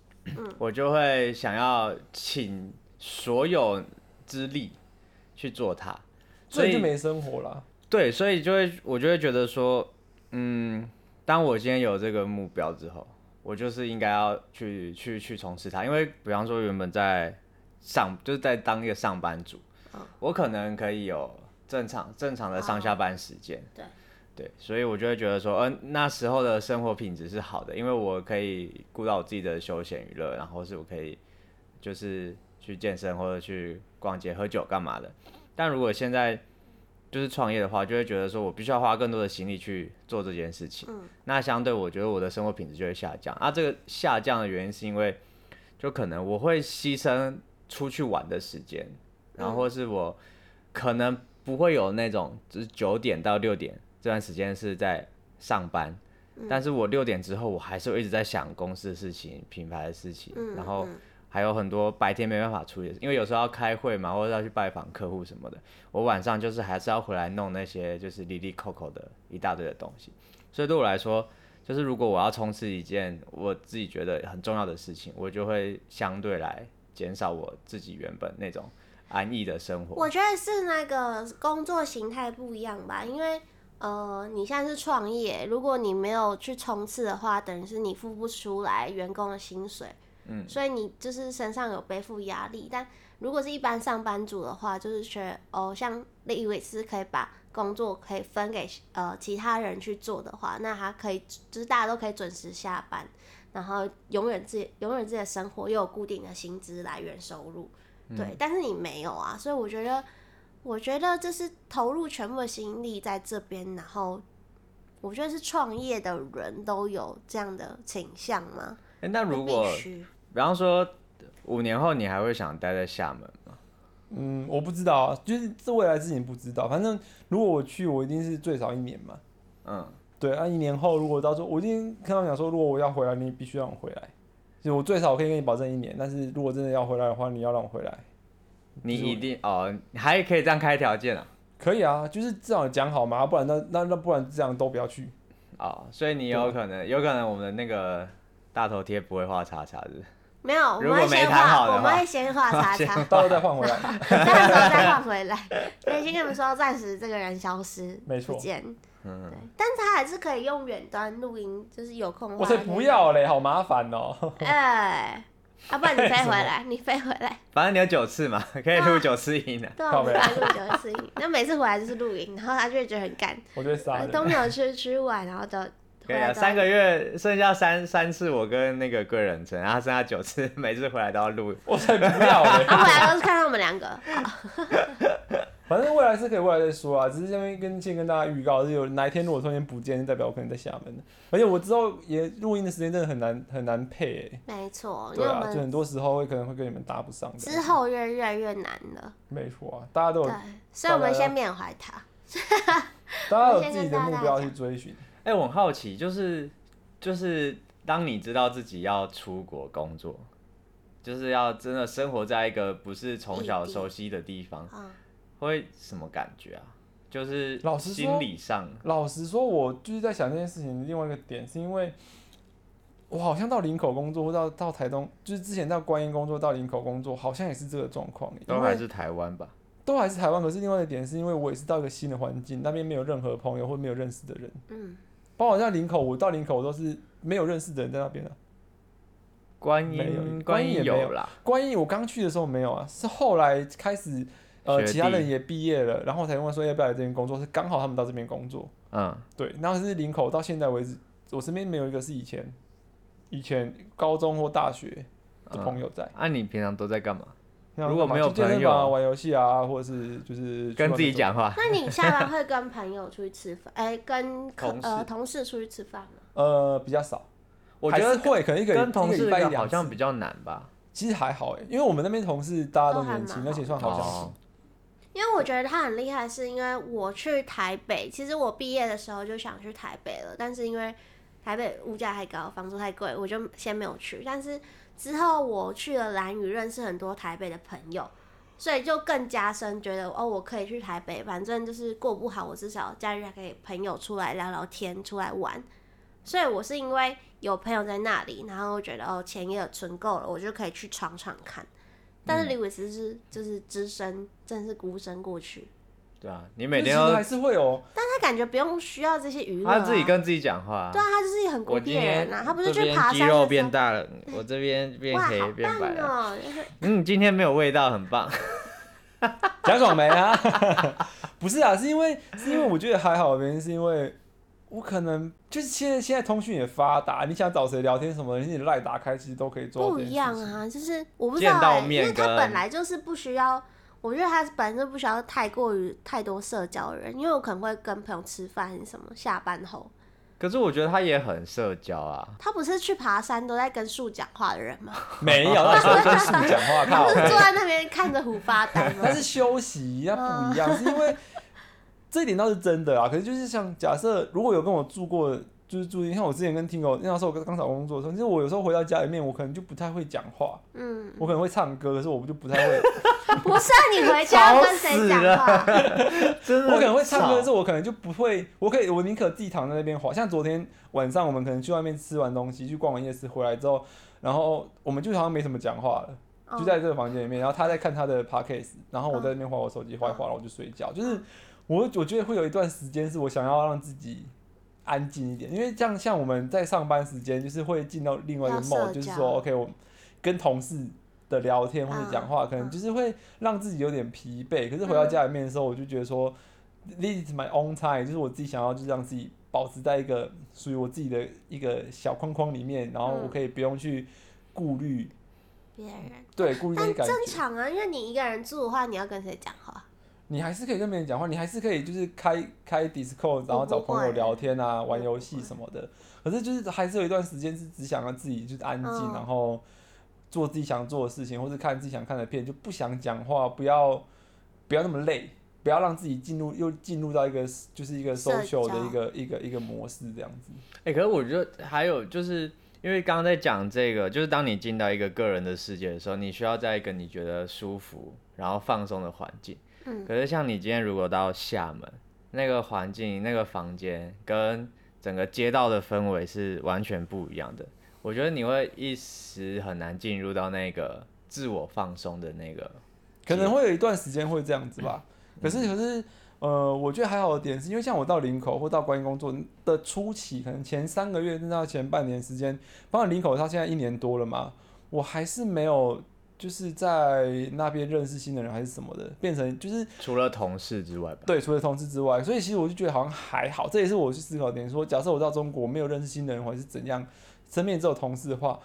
Speaker 1: 我就会想要请所有之力去做它，
Speaker 2: 所
Speaker 1: 所
Speaker 2: 以
Speaker 1: 以
Speaker 2: 就没生活啦。
Speaker 1: 对，所以就会我就会觉得说，嗯，当我今天有这个目标之后，我就是应该要去去去从事它，因为比方说原本在上就是在当一个上班族，我可能可以有正常正常的上下班时间，
Speaker 3: 对
Speaker 1: 对，所以我就会觉得说，嗯、那时候的生活品质是好的，因为我可以顾到我自己的休闲娱乐，然后是我可以就是去健身或者去逛街、喝酒干嘛的。但如果现在就是创业的话，就会觉得说我必须要花更多的心力去做这件事情。那相对我觉得我的生活品质就会下降。啊，这个下降的原因是因为，就可能我会牺牲出去玩的时间，然后或是我可能不会有那种就是九点到六点这段时间是在上班，但是我六点之后我还是会一直在想公司的事情、品牌的事情，
Speaker 3: 嗯，
Speaker 1: 然后
Speaker 3: 嗯
Speaker 1: 还有很多白天没办法处理的，因为有时候要开会嘛，或者要去拜访客户什么的，我晚上就是还是要回来弄那些就是里里扣扣的一大堆的东西，所以对我来说，就是如果我要冲刺一件我自己觉得很重要的事情，我就会相对来减少我自己原本那种安逸的生活。
Speaker 3: 我觉得是那个工作形态不一样吧，因为呃，你现在是创业，如果你没有去冲刺的话，等于是你付不出来员工的薪水，
Speaker 1: 嗯，
Speaker 3: 所以你就是身上有背负压力。但如果是一般上班族的话，就是学哦，像李伟是可以把工作可以分给呃其他人去做的话，那他可以就是大家都可以准时下班，然后永远自己永远自己的生活又有固定的薪资来源收入。
Speaker 1: 嗯
Speaker 3: 对，但是你没有啊，所以我觉得，我觉得这是投入全部的心力在这边，然后我觉得是创业的人都有这样的倾向吗？
Speaker 1: 诶那如果
Speaker 3: 必须
Speaker 1: 比方说五年后你还会想待在厦门吗？
Speaker 2: 嗯，我不知道啊，就是这未来事情不知道。反正如果我去，我一定是最少一年嘛。
Speaker 1: 嗯，
Speaker 2: 对，啊，一年后如果到时候，我一定跟他们讲说，如果我要回来，你必须让我回来。就我最少我可以跟你保证一年，但是如果真的要回来的话，你要让我回来。
Speaker 1: 你一定哦，你还可以这样开条件啊。
Speaker 2: 可以啊，就是至少讲好嘛，啊不然那那那不然这样都不要去。
Speaker 1: 哦，所以你有可能，有可能我们的那个大头贴不会画叉叉是不是
Speaker 3: 没有，我
Speaker 1: 如
Speaker 3: 们
Speaker 1: 果
Speaker 3: 会
Speaker 1: 没
Speaker 3: 先
Speaker 1: 谈好
Speaker 3: 画，
Speaker 1: 的
Speaker 3: 我
Speaker 1: 话
Speaker 3: 们会先画 叉叉，
Speaker 2: 到时候再换回来。
Speaker 3: 到时候再画回来。所以先跟你们说，暂时这个人消失，
Speaker 2: 没错
Speaker 3: 不见。
Speaker 1: 嗯
Speaker 3: 对，但是他还是可以用远端录音，就是有空的话。
Speaker 2: 我才不！要嘞，好麻烦哦、
Speaker 3: 哎、要、不然你飞回来，你飞回来。
Speaker 1: 反正你有九次嘛， 可以录九次音的、
Speaker 3: 对啊，
Speaker 2: 靠
Speaker 3: 我们
Speaker 2: 北
Speaker 3: 来录九的事情，那每次回来就是露营，然后他就会觉得很 干，
Speaker 2: 我觉得傻
Speaker 3: 都
Speaker 2: 了。
Speaker 3: 没有去出去玩，然后都
Speaker 1: 可
Speaker 3: 回
Speaker 1: 以
Speaker 3: 来
Speaker 1: 啊，
Speaker 3: 都
Speaker 1: 三 个月剩下三三次，我跟那个贵人成，然后剩下九次， 每次回来都要录。
Speaker 2: 我才不要嘞！
Speaker 3: 他啊回来都是看到我们两个，
Speaker 2: 反正未来是可以未来再说啊，只是下面跟先跟大家预告，就是有哪一天如果突然间不见，就代表我可能在厦门了。而且我之后也录音的时间真的很难很难配、欸，
Speaker 3: 没错，因
Speaker 2: 对
Speaker 3: 为我
Speaker 2: 啊，就
Speaker 3: 们
Speaker 2: 很多时候会可能会跟你们搭不上的。
Speaker 3: 之后越越来越难了，
Speaker 2: 没错啊，大家都有
Speaker 3: 对，所以我
Speaker 2: 大
Speaker 3: 们
Speaker 2: 家
Speaker 3: 先缅怀他。
Speaker 2: 大家有自己的目标去追寻。
Speaker 1: 哎、我很好奇，就是就是当你知道自己要出国工作，就是要真的生活在一个不是从小
Speaker 3: 异地
Speaker 1: 熟悉的地方，
Speaker 3: 啊，
Speaker 1: 会什么感觉啊？就是
Speaker 2: 老实说
Speaker 1: 心理上，
Speaker 2: 老实说，我就是在想这件事情的另外一个点，是因为我好像到林口工作，或到到台东，就是之前到观音工作，到林口工作，好像也是这个状况、欸。因
Speaker 1: 都
Speaker 2: 为
Speaker 1: 还是台湾吧。
Speaker 2: 都还是台湾，可是另外一个点是因为我也是到一个新的环境，那边没有任何朋友或没有认识的人，
Speaker 3: 嗯，
Speaker 2: 包括像林口，我到林口我都是没有认识的人在那边的、啊。
Speaker 1: 观
Speaker 2: 没有
Speaker 1: 音，
Speaker 2: 观
Speaker 1: 观
Speaker 2: 音
Speaker 1: 音
Speaker 2: 也没有
Speaker 1: 啦，
Speaker 2: 观音我刚去的时候没有啊，是后来开始呃
Speaker 1: 学弟
Speaker 2: 其他人也毕业了，然后才问说要不要来这边工作，是刚好他们到这边工作。
Speaker 1: 嗯，
Speaker 2: 对，然后是林口到现在为止，我身边没有一个是以前以前高中或大学的朋友在。
Speaker 1: 啊，你平常都在干嘛？
Speaker 2: 那
Speaker 1: 如果没有
Speaker 2: 去健身
Speaker 1: 朋友
Speaker 2: 房啊玩游戏啊，或者是就是
Speaker 1: 跟自己
Speaker 2: 去外面走
Speaker 1: 讲话，
Speaker 3: 那你下班会跟朋友出去吃饭，哎，跟客
Speaker 1: 同事
Speaker 3: 呃同事出去吃饭吗？
Speaker 2: 呃比较少，
Speaker 1: 我觉
Speaker 2: 还是
Speaker 1: 得
Speaker 2: 会可能一个
Speaker 1: 跟同
Speaker 2: 一个
Speaker 1: 事
Speaker 2: 礼拜一两
Speaker 1: 好像
Speaker 2: 次
Speaker 1: 比较难吧。
Speaker 2: 其实还好哎、因为我们那边同事大家都
Speaker 3: 都还
Speaker 2: 年
Speaker 3: 蛮
Speaker 2: 轻，
Speaker 3: 好
Speaker 2: 而且算好相
Speaker 1: 哦
Speaker 2: 处。
Speaker 3: 因为我觉得他很厉害，是因为我去台北，其实我毕业的时候就想去台北了，但是因为台北物价太高，房租太贵，我就先没有去。但是之后我去了兰屿，认识很多台北的朋友，所以就更加深觉得哦，我可以去台北，反正就是过不好，我至少假日还可以朋友出来聊聊天，出来玩。所以我是因为有朋友在那里，然后我觉得哦，钱也有存够了，我就可以去闯闯看。但
Speaker 1: 嗯
Speaker 3: 是李伟斯是就是只身，真是孤身过去，
Speaker 1: 对啊，你每天
Speaker 2: 就是其实
Speaker 1: 都
Speaker 2: 还是会有，
Speaker 3: 但他感觉不用需要这些娱乐、啊，
Speaker 1: 他自己跟自己讲话啊。
Speaker 3: 对啊，他就是一个很孤
Speaker 1: 我
Speaker 3: 僻
Speaker 1: 今
Speaker 3: 的
Speaker 1: 天
Speaker 3: 人啊，他不是
Speaker 1: 这
Speaker 3: 去
Speaker 1: 边
Speaker 3: 爬
Speaker 1: 肌
Speaker 3: 山
Speaker 1: 肉
Speaker 3: 的时
Speaker 1: 变
Speaker 3: 候。
Speaker 1: 大了，我这边变
Speaker 3: 哇，
Speaker 1: 黑
Speaker 3: 好
Speaker 1: 变白
Speaker 3: 棒
Speaker 1: 了。
Speaker 3: 哦！就是
Speaker 1: 嗯，今天没有味道，很棒。
Speaker 2: 讲爽没啊？ 不是啊，是因为是因为我觉得还好，的原因是因为我可能就是现在现在通讯也发达，你想找谁聊天什么的，你赖打开其实都可以做到
Speaker 3: 不
Speaker 2: 这件
Speaker 3: 一
Speaker 2: 事情。
Speaker 3: 样啊，就是我不知道、
Speaker 1: 见到
Speaker 3: 欸，因
Speaker 1: 面
Speaker 3: 为他
Speaker 1: 跟
Speaker 3: 本来就是不需要，我觉得他本来就不需要太过于太多社交的人，因为我可能会跟朋友吃饭什么，下班后
Speaker 1: 可是我觉得他也很社交 啊。
Speaker 3: 他不是去爬山都在跟树讲话的人吗？
Speaker 2: 没有，那你说跟树 讲话
Speaker 3: 他
Speaker 2: 靠
Speaker 3: 不是坐在那边看着虎发呆吗
Speaker 1: 哦
Speaker 2: 但？是休息那不
Speaker 3: 嗯
Speaker 2: 一样，是因为这一点倒是真的啊。可是就是像假设如果有跟我住过就是注意。像我之前跟听狗那时候我刚找工作的时候，其实我有时候回到家里面，我可能就不太会讲话，
Speaker 3: 嗯，
Speaker 2: 我可能会唱歌，可是我不就不太会，
Speaker 3: 不是啊，你回家要跟
Speaker 1: 吵死
Speaker 3: 谁讲 话？
Speaker 1: 真的，
Speaker 2: 我可能会唱歌，可是我可能就不会，我可以我宁可自己躺在那边滑。像昨天晚上我们可能去外面吃完东西，去逛完夜市回来之后，然后我们就好像没什么讲话了。
Speaker 3: 哦
Speaker 2: 就在这个房间里面，然后他在看他的
Speaker 3: 嗯
Speaker 2: podcast，然后我在那边划我手机，划一划，然后我就睡觉。就是我我觉得会有一段时间是我想要让自己安静一点，因为这样像我们在上班时间，就是会进到另外一个
Speaker 3: 要社
Speaker 2: mode，就是
Speaker 3: 交
Speaker 2: 说 OK，我跟同事的聊天或者
Speaker 3: 嗯
Speaker 2: 讲话，可能就是会让自己有点疲惫。可是回到家里面的时候，我就觉得说，this is my own time，就是我自己想要，就是让自己保持在一个属于我自己的一个小框框里面，然后我
Speaker 3: 嗯
Speaker 2: 可以不用去顾虑。
Speaker 3: 别人，
Speaker 2: 对，顾虑那些
Speaker 3: 但
Speaker 2: 感
Speaker 3: 正
Speaker 2: 觉，
Speaker 3: 常啊，因为你一个人住的话，你要跟谁讲话？
Speaker 2: 你还是可以跟别人讲话，你还是可以就是开开 Discord，然后找朋友聊天啊，玩游戏什么的。可是就是还是有一段时间是只想让自己就是安静，
Speaker 3: 嗯
Speaker 2: 然后做自己想做的事情，或是看自己想看的片，就不想讲话，不要不要那么累，不要让自己进入又进入到一个就是一个
Speaker 3: 社
Speaker 2: social
Speaker 3: 交
Speaker 2: 的一个一个一个模式这样子。
Speaker 1: 哎、可是我觉得还有就是，因为刚刚在讲这个，就是当你进到一个个人的世界的时候，你需要在一个你觉得舒服然后放松的环境。
Speaker 3: 嗯
Speaker 1: 可是像你今天如果到厦门，那个环境、那个房间跟整个街道的氛围是完全不一样的。我觉得你会一时很难进入到那个自我放松的那个。
Speaker 2: 可能会有一段时间会这样子吧。可是可是，呃，我觉得还好的点是因为像我到林口或到观音工作的初期，可能前三个月甚至到前半年时间，包括林口到现在一年多了嘛，我还是没有就是在那边认识新的人还是什么的，变成就是
Speaker 1: 除了同事之外吧，
Speaker 2: 对除了同事之外，所以其实我就觉得好像还好，这也是我去思考的点说，假设我到中国没有认识新的人或者是怎样，身边只有同事的话，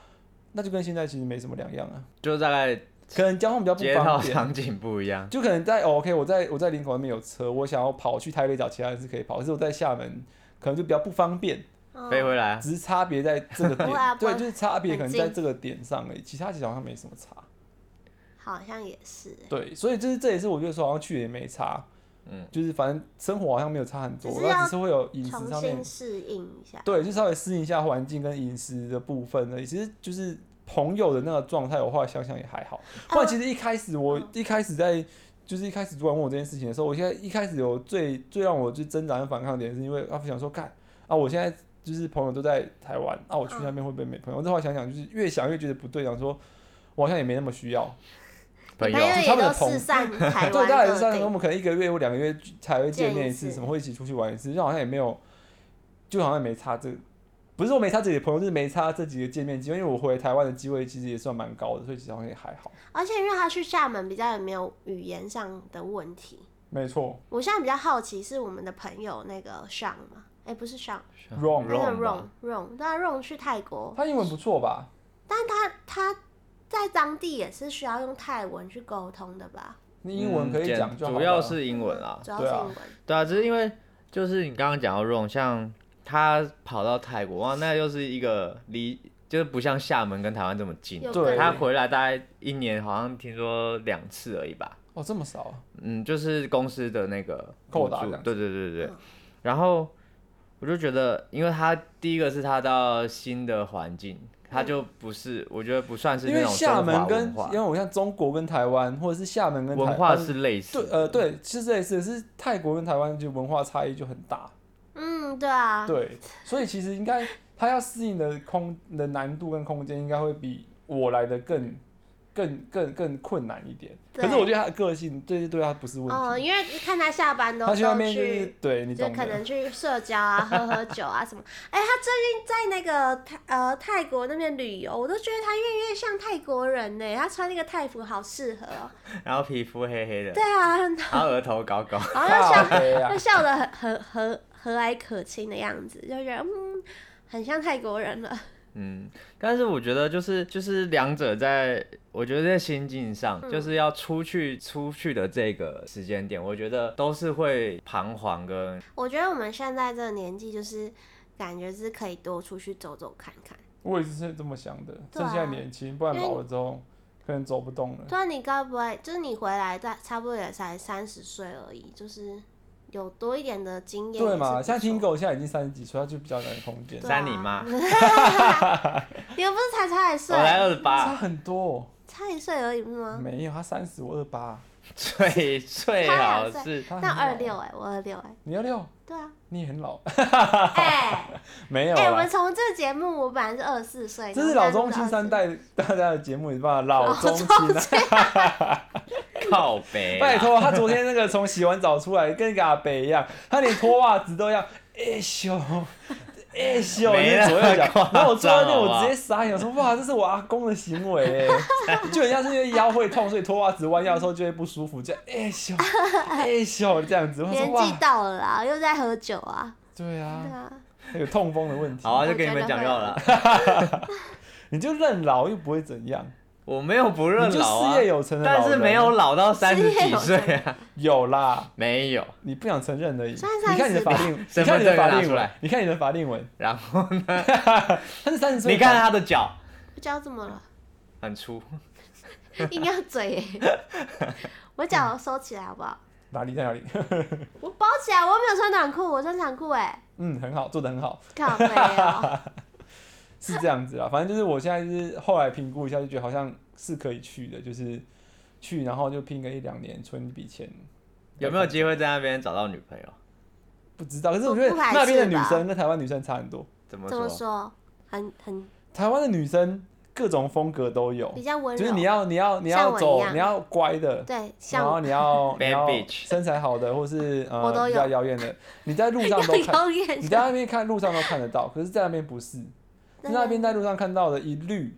Speaker 2: 那就跟现在其实没什么两样啊，
Speaker 1: 就大概
Speaker 2: 可能交通比较不
Speaker 1: 街道
Speaker 2: 方便。
Speaker 1: 场景不一
Speaker 3: 嗯
Speaker 1: 样。
Speaker 2: 就可能在、哦、OK，我在我在林口那边有车，我想要跑去台北找其他人是可以跑，可是我在厦门可能就比较不方便，
Speaker 3: 嗯
Speaker 1: 飞回来啊，
Speaker 2: 只是差别在这个
Speaker 3: 不会啊
Speaker 2: 点，
Speaker 3: 不会
Speaker 2: 对，就是差别
Speaker 3: 很
Speaker 2: 可能在
Speaker 3: 近
Speaker 2: 这个点上而已，其他其实好像没什么差，
Speaker 3: 好像也是，
Speaker 2: 对，所以就是这也是我觉得说好像去也没差，
Speaker 1: 嗯，
Speaker 2: 就是反正生活好像没有差很多
Speaker 3: 只是，
Speaker 2: 那
Speaker 3: 要
Speaker 2: 只是会有饮食
Speaker 3: 重
Speaker 2: 上
Speaker 3: 新，
Speaker 2: 面
Speaker 3: 适应一下。
Speaker 2: 对，就稍微适应一下环境跟饮食的部分而已，其实就是朋友的那个状态，我后来想想也还好。不然其实一开始我
Speaker 3: 嗯
Speaker 2: 一开始在就是一开始主管问我这件事情的时候，我现在一开始有最最让我就挣扎跟反抗的点，是因为阿福想说，干啊，我现在就是朋友都在台湾，啊，我去那边会不会没朋友？这话想想就是越想越觉得不对，想说我好像也没那么需要。
Speaker 1: 朋
Speaker 3: 你
Speaker 1: 友
Speaker 3: 朋友
Speaker 2: 是他
Speaker 3: 也
Speaker 2: 们的
Speaker 3: 都
Speaker 2: 朋
Speaker 3: 四散台
Speaker 2: 对，大概
Speaker 3: 湾
Speaker 2: 是
Speaker 3: 各
Speaker 2: 三我
Speaker 3: 地，
Speaker 2: 们可能一个月或两个月才会见面
Speaker 3: 见
Speaker 2: 一次，
Speaker 3: 一次
Speaker 2: 什么会一起出去玩一次，就好像也没有，就好像也没差这。不是我没差这里的朋友，就是没差这几个见面机会，因为我回台湾的机会其实也算蛮高的，所以其实好像也还好。
Speaker 3: 而且因为他去厦门比较也没有语言上的问题。
Speaker 2: 没错
Speaker 3: 我现在比较好奇是我们的朋友那个上嘛，哎、不是上，
Speaker 2: ，wrong 嗯
Speaker 3: 那个 r o
Speaker 1: 啊 Wrong
Speaker 3: n r o n 对啊 r o n 去泰国，
Speaker 2: 他英文不错吧？
Speaker 3: 但他他在当地也是需要用泰文去沟通的吧？
Speaker 2: 你英文可以讲
Speaker 1: 嗯
Speaker 2: 就好了、
Speaker 1: 主要是英文啦。
Speaker 3: 主要是
Speaker 2: 对啊
Speaker 3: 英文。
Speaker 1: 对啊，只是因为就是你刚刚讲到 Ron，像他跑到泰国哇，那又是一个离就是不像厦门跟台湾这么近
Speaker 3: 有，
Speaker 2: 对
Speaker 1: 他回来大概一年好像听说两次而已吧。
Speaker 2: 哦，这么少啊，
Speaker 1: 嗯，就是公司的那个
Speaker 2: 扣
Speaker 1: 补
Speaker 2: 打这
Speaker 1: 助
Speaker 2: 样，
Speaker 1: 对对对对。
Speaker 3: 嗯
Speaker 1: 然后我就觉得，因为他第一个是他到新的环境，
Speaker 3: 嗯
Speaker 1: 他就不是，我觉得不算是
Speaker 2: 因
Speaker 1: 那
Speaker 2: 为
Speaker 1: 种
Speaker 2: 厦
Speaker 1: 中华
Speaker 2: 门跟
Speaker 1: 文化
Speaker 2: 因为，我像中国跟台湾，或者是厦门跟台
Speaker 1: 文化是类似
Speaker 2: 对
Speaker 1: 的，
Speaker 2: 呃对是类似的，是泰国跟台湾就文化差异就很大，
Speaker 3: 嗯，对啊，
Speaker 2: 对，所以其实应 该他要适应的空的难度跟空间应该会比我来的更更更更困难一点。
Speaker 3: 对
Speaker 2: 可是我觉得他的个性对对他不是问
Speaker 3: 哦、
Speaker 2: 题，
Speaker 3: 因为看他下班都
Speaker 2: 他去那
Speaker 3: 都
Speaker 2: 边就是
Speaker 3: 去，
Speaker 2: 对你
Speaker 3: 就
Speaker 2: 懂
Speaker 3: 可
Speaker 2: 的
Speaker 3: 能，去社交啊、喝喝酒啊什么。哎、他最近在那个泰呃泰国那边旅游，我都觉得他越来越像泰国人呢。他穿那个泰服好适合哦。
Speaker 2: 呃
Speaker 1: 然后皮肤黑黑的，
Speaker 3: 对啊， 然
Speaker 1: 然后额头高高。
Speaker 3: 后又笑，
Speaker 2: 黑 啊
Speaker 3: 又，笑得很很和和蔼可亲的样子，就觉得嗯，很像泰国人了。
Speaker 1: 嗯，但是我觉得就是就是两者在，我觉得在心境上，
Speaker 3: 嗯
Speaker 1: 就是要出去出去的这个时间点，我觉得都是会彷徨跟
Speaker 3: 我觉得我们现在这个年纪，就是感觉是可以多出去走走看看。
Speaker 2: 我也是这么想的，
Speaker 3: 对啊
Speaker 2: 趁现在年轻，不然
Speaker 3: 因为
Speaker 2: 老了之后可能走不动了。
Speaker 3: 对啊，你该不会就是你回来大差不多也才三十岁而已，就是有多一点的经验也
Speaker 2: 对
Speaker 3: 是不错。
Speaker 2: 嘛？像听狗现在已经三十几岁，他就比较难碰见，
Speaker 3: 对啊
Speaker 1: 三你妈，
Speaker 3: 你们不是才差一岁
Speaker 1: 我，才二十
Speaker 2: 差
Speaker 1: 八，
Speaker 2: 很多。
Speaker 3: 差一岁而已不是吗？
Speaker 2: 没有，他三十，我二八，
Speaker 1: 最最好
Speaker 3: 差两
Speaker 1: 是
Speaker 2: 他很
Speaker 3: 那
Speaker 2: 老
Speaker 3: 二六，哎，我二六哎，
Speaker 2: 你二六，
Speaker 3: 对 啊，
Speaker 2: 你也很老，
Speaker 3: 哎
Speaker 2: 没有
Speaker 3: 哎，我
Speaker 2: 啦
Speaker 3: 们。从这个节目，我本来是二十四岁，
Speaker 2: 这是老中青三，代大家的节目，你 把老中青啊，
Speaker 1: 靠北啦，
Speaker 2: 拜托，他昨天那个从洗完澡出来，跟个阿北一样，他连脱袜子都要，哎咻，哎咻，
Speaker 1: 没那么
Speaker 2: 左右脚。然后我坐在
Speaker 1: 夸
Speaker 2: 那，
Speaker 1: 张好不
Speaker 2: 我
Speaker 1: 好
Speaker 2: 直接傻眼，我说哇，这是我阿公的行为哎，就很像是因为腰会痛，所以脱袜子弯腰的时候就会不舒服，就哎咻，哎咻这样子。 我
Speaker 3: 年
Speaker 2: 说
Speaker 3: 纪
Speaker 2: 哇，
Speaker 3: 到了啦，又在喝酒啊，
Speaker 2: 对
Speaker 3: 对
Speaker 2: 啊，
Speaker 3: 啊，
Speaker 2: 有痛风的问题
Speaker 1: 好，啊，就跟你们讲就好了。
Speaker 2: 你就认老又不会怎样，
Speaker 1: 我没有不认
Speaker 2: 你就
Speaker 1: 老
Speaker 2: 事
Speaker 1: 啊
Speaker 2: 业，有成的老人
Speaker 1: 但是没有老到三十
Speaker 3: 事业
Speaker 1: 几
Speaker 3: 有
Speaker 1: 岁
Speaker 3: 成
Speaker 1: 啊，
Speaker 2: 有啦。
Speaker 1: 没有。
Speaker 2: 你不想承认而已。
Speaker 3: 虽然30
Speaker 2: 你看你的法令，你
Speaker 1: 身份
Speaker 2: 看你的
Speaker 1: 证
Speaker 2: 法
Speaker 1: 拿
Speaker 2: 令
Speaker 1: 出
Speaker 2: 纹
Speaker 1: 来，
Speaker 2: 你看你的法令纹，
Speaker 1: 然后
Speaker 2: 他是三十岁。
Speaker 1: 你看，他的脚
Speaker 3: 我脚怎么 了？
Speaker 1: 很粗，
Speaker 3: 硬要嘴耶， 我脚收起来好不好？
Speaker 2: 哪里在哪里？
Speaker 3: 我包起来，我又没有穿短裤，我穿长裤哎，
Speaker 2: 嗯，很好，做的很好，
Speaker 3: 靠背哦，
Speaker 2: 是这样子啦。反正就是我现在就是后来评估一下，就觉得好像是可以去的，就是去，然后就拼个一两年存一笔钱。
Speaker 1: 有没有机会在那边找到女朋友？
Speaker 2: 不知道，可是
Speaker 3: 我
Speaker 2: 我觉得
Speaker 3: 不排斥
Speaker 2: 那边的女
Speaker 3: 吧
Speaker 2: 生跟台湾女生差很多。
Speaker 1: 怎么
Speaker 3: 怎么
Speaker 1: 说？
Speaker 3: 说？很很
Speaker 2: 台湾的女生各种风格都有
Speaker 3: 比，较温
Speaker 2: 哦就
Speaker 3: 柔，
Speaker 2: 是你要你要你
Speaker 3: 像
Speaker 2: 要
Speaker 3: 我一
Speaker 2: 走，
Speaker 3: 样
Speaker 2: 你要乖的，
Speaker 3: 对，
Speaker 2: 然
Speaker 3: 像
Speaker 2: 后
Speaker 3: 我
Speaker 2: 你要你
Speaker 1: Bad
Speaker 2: 要
Speaker 1: bitch
Speaker 2: 身材好的，或是
Speaker 3: 我都
Speaker 2: 呃
Speaker 3: 有
Speaker 2: 比较妖艳的，你在路上都看
Speaker 3: 要有 眼
Speaker 2: 你在那边看路上都看得到，可是，在那边不是，在那边在路上看到的一律，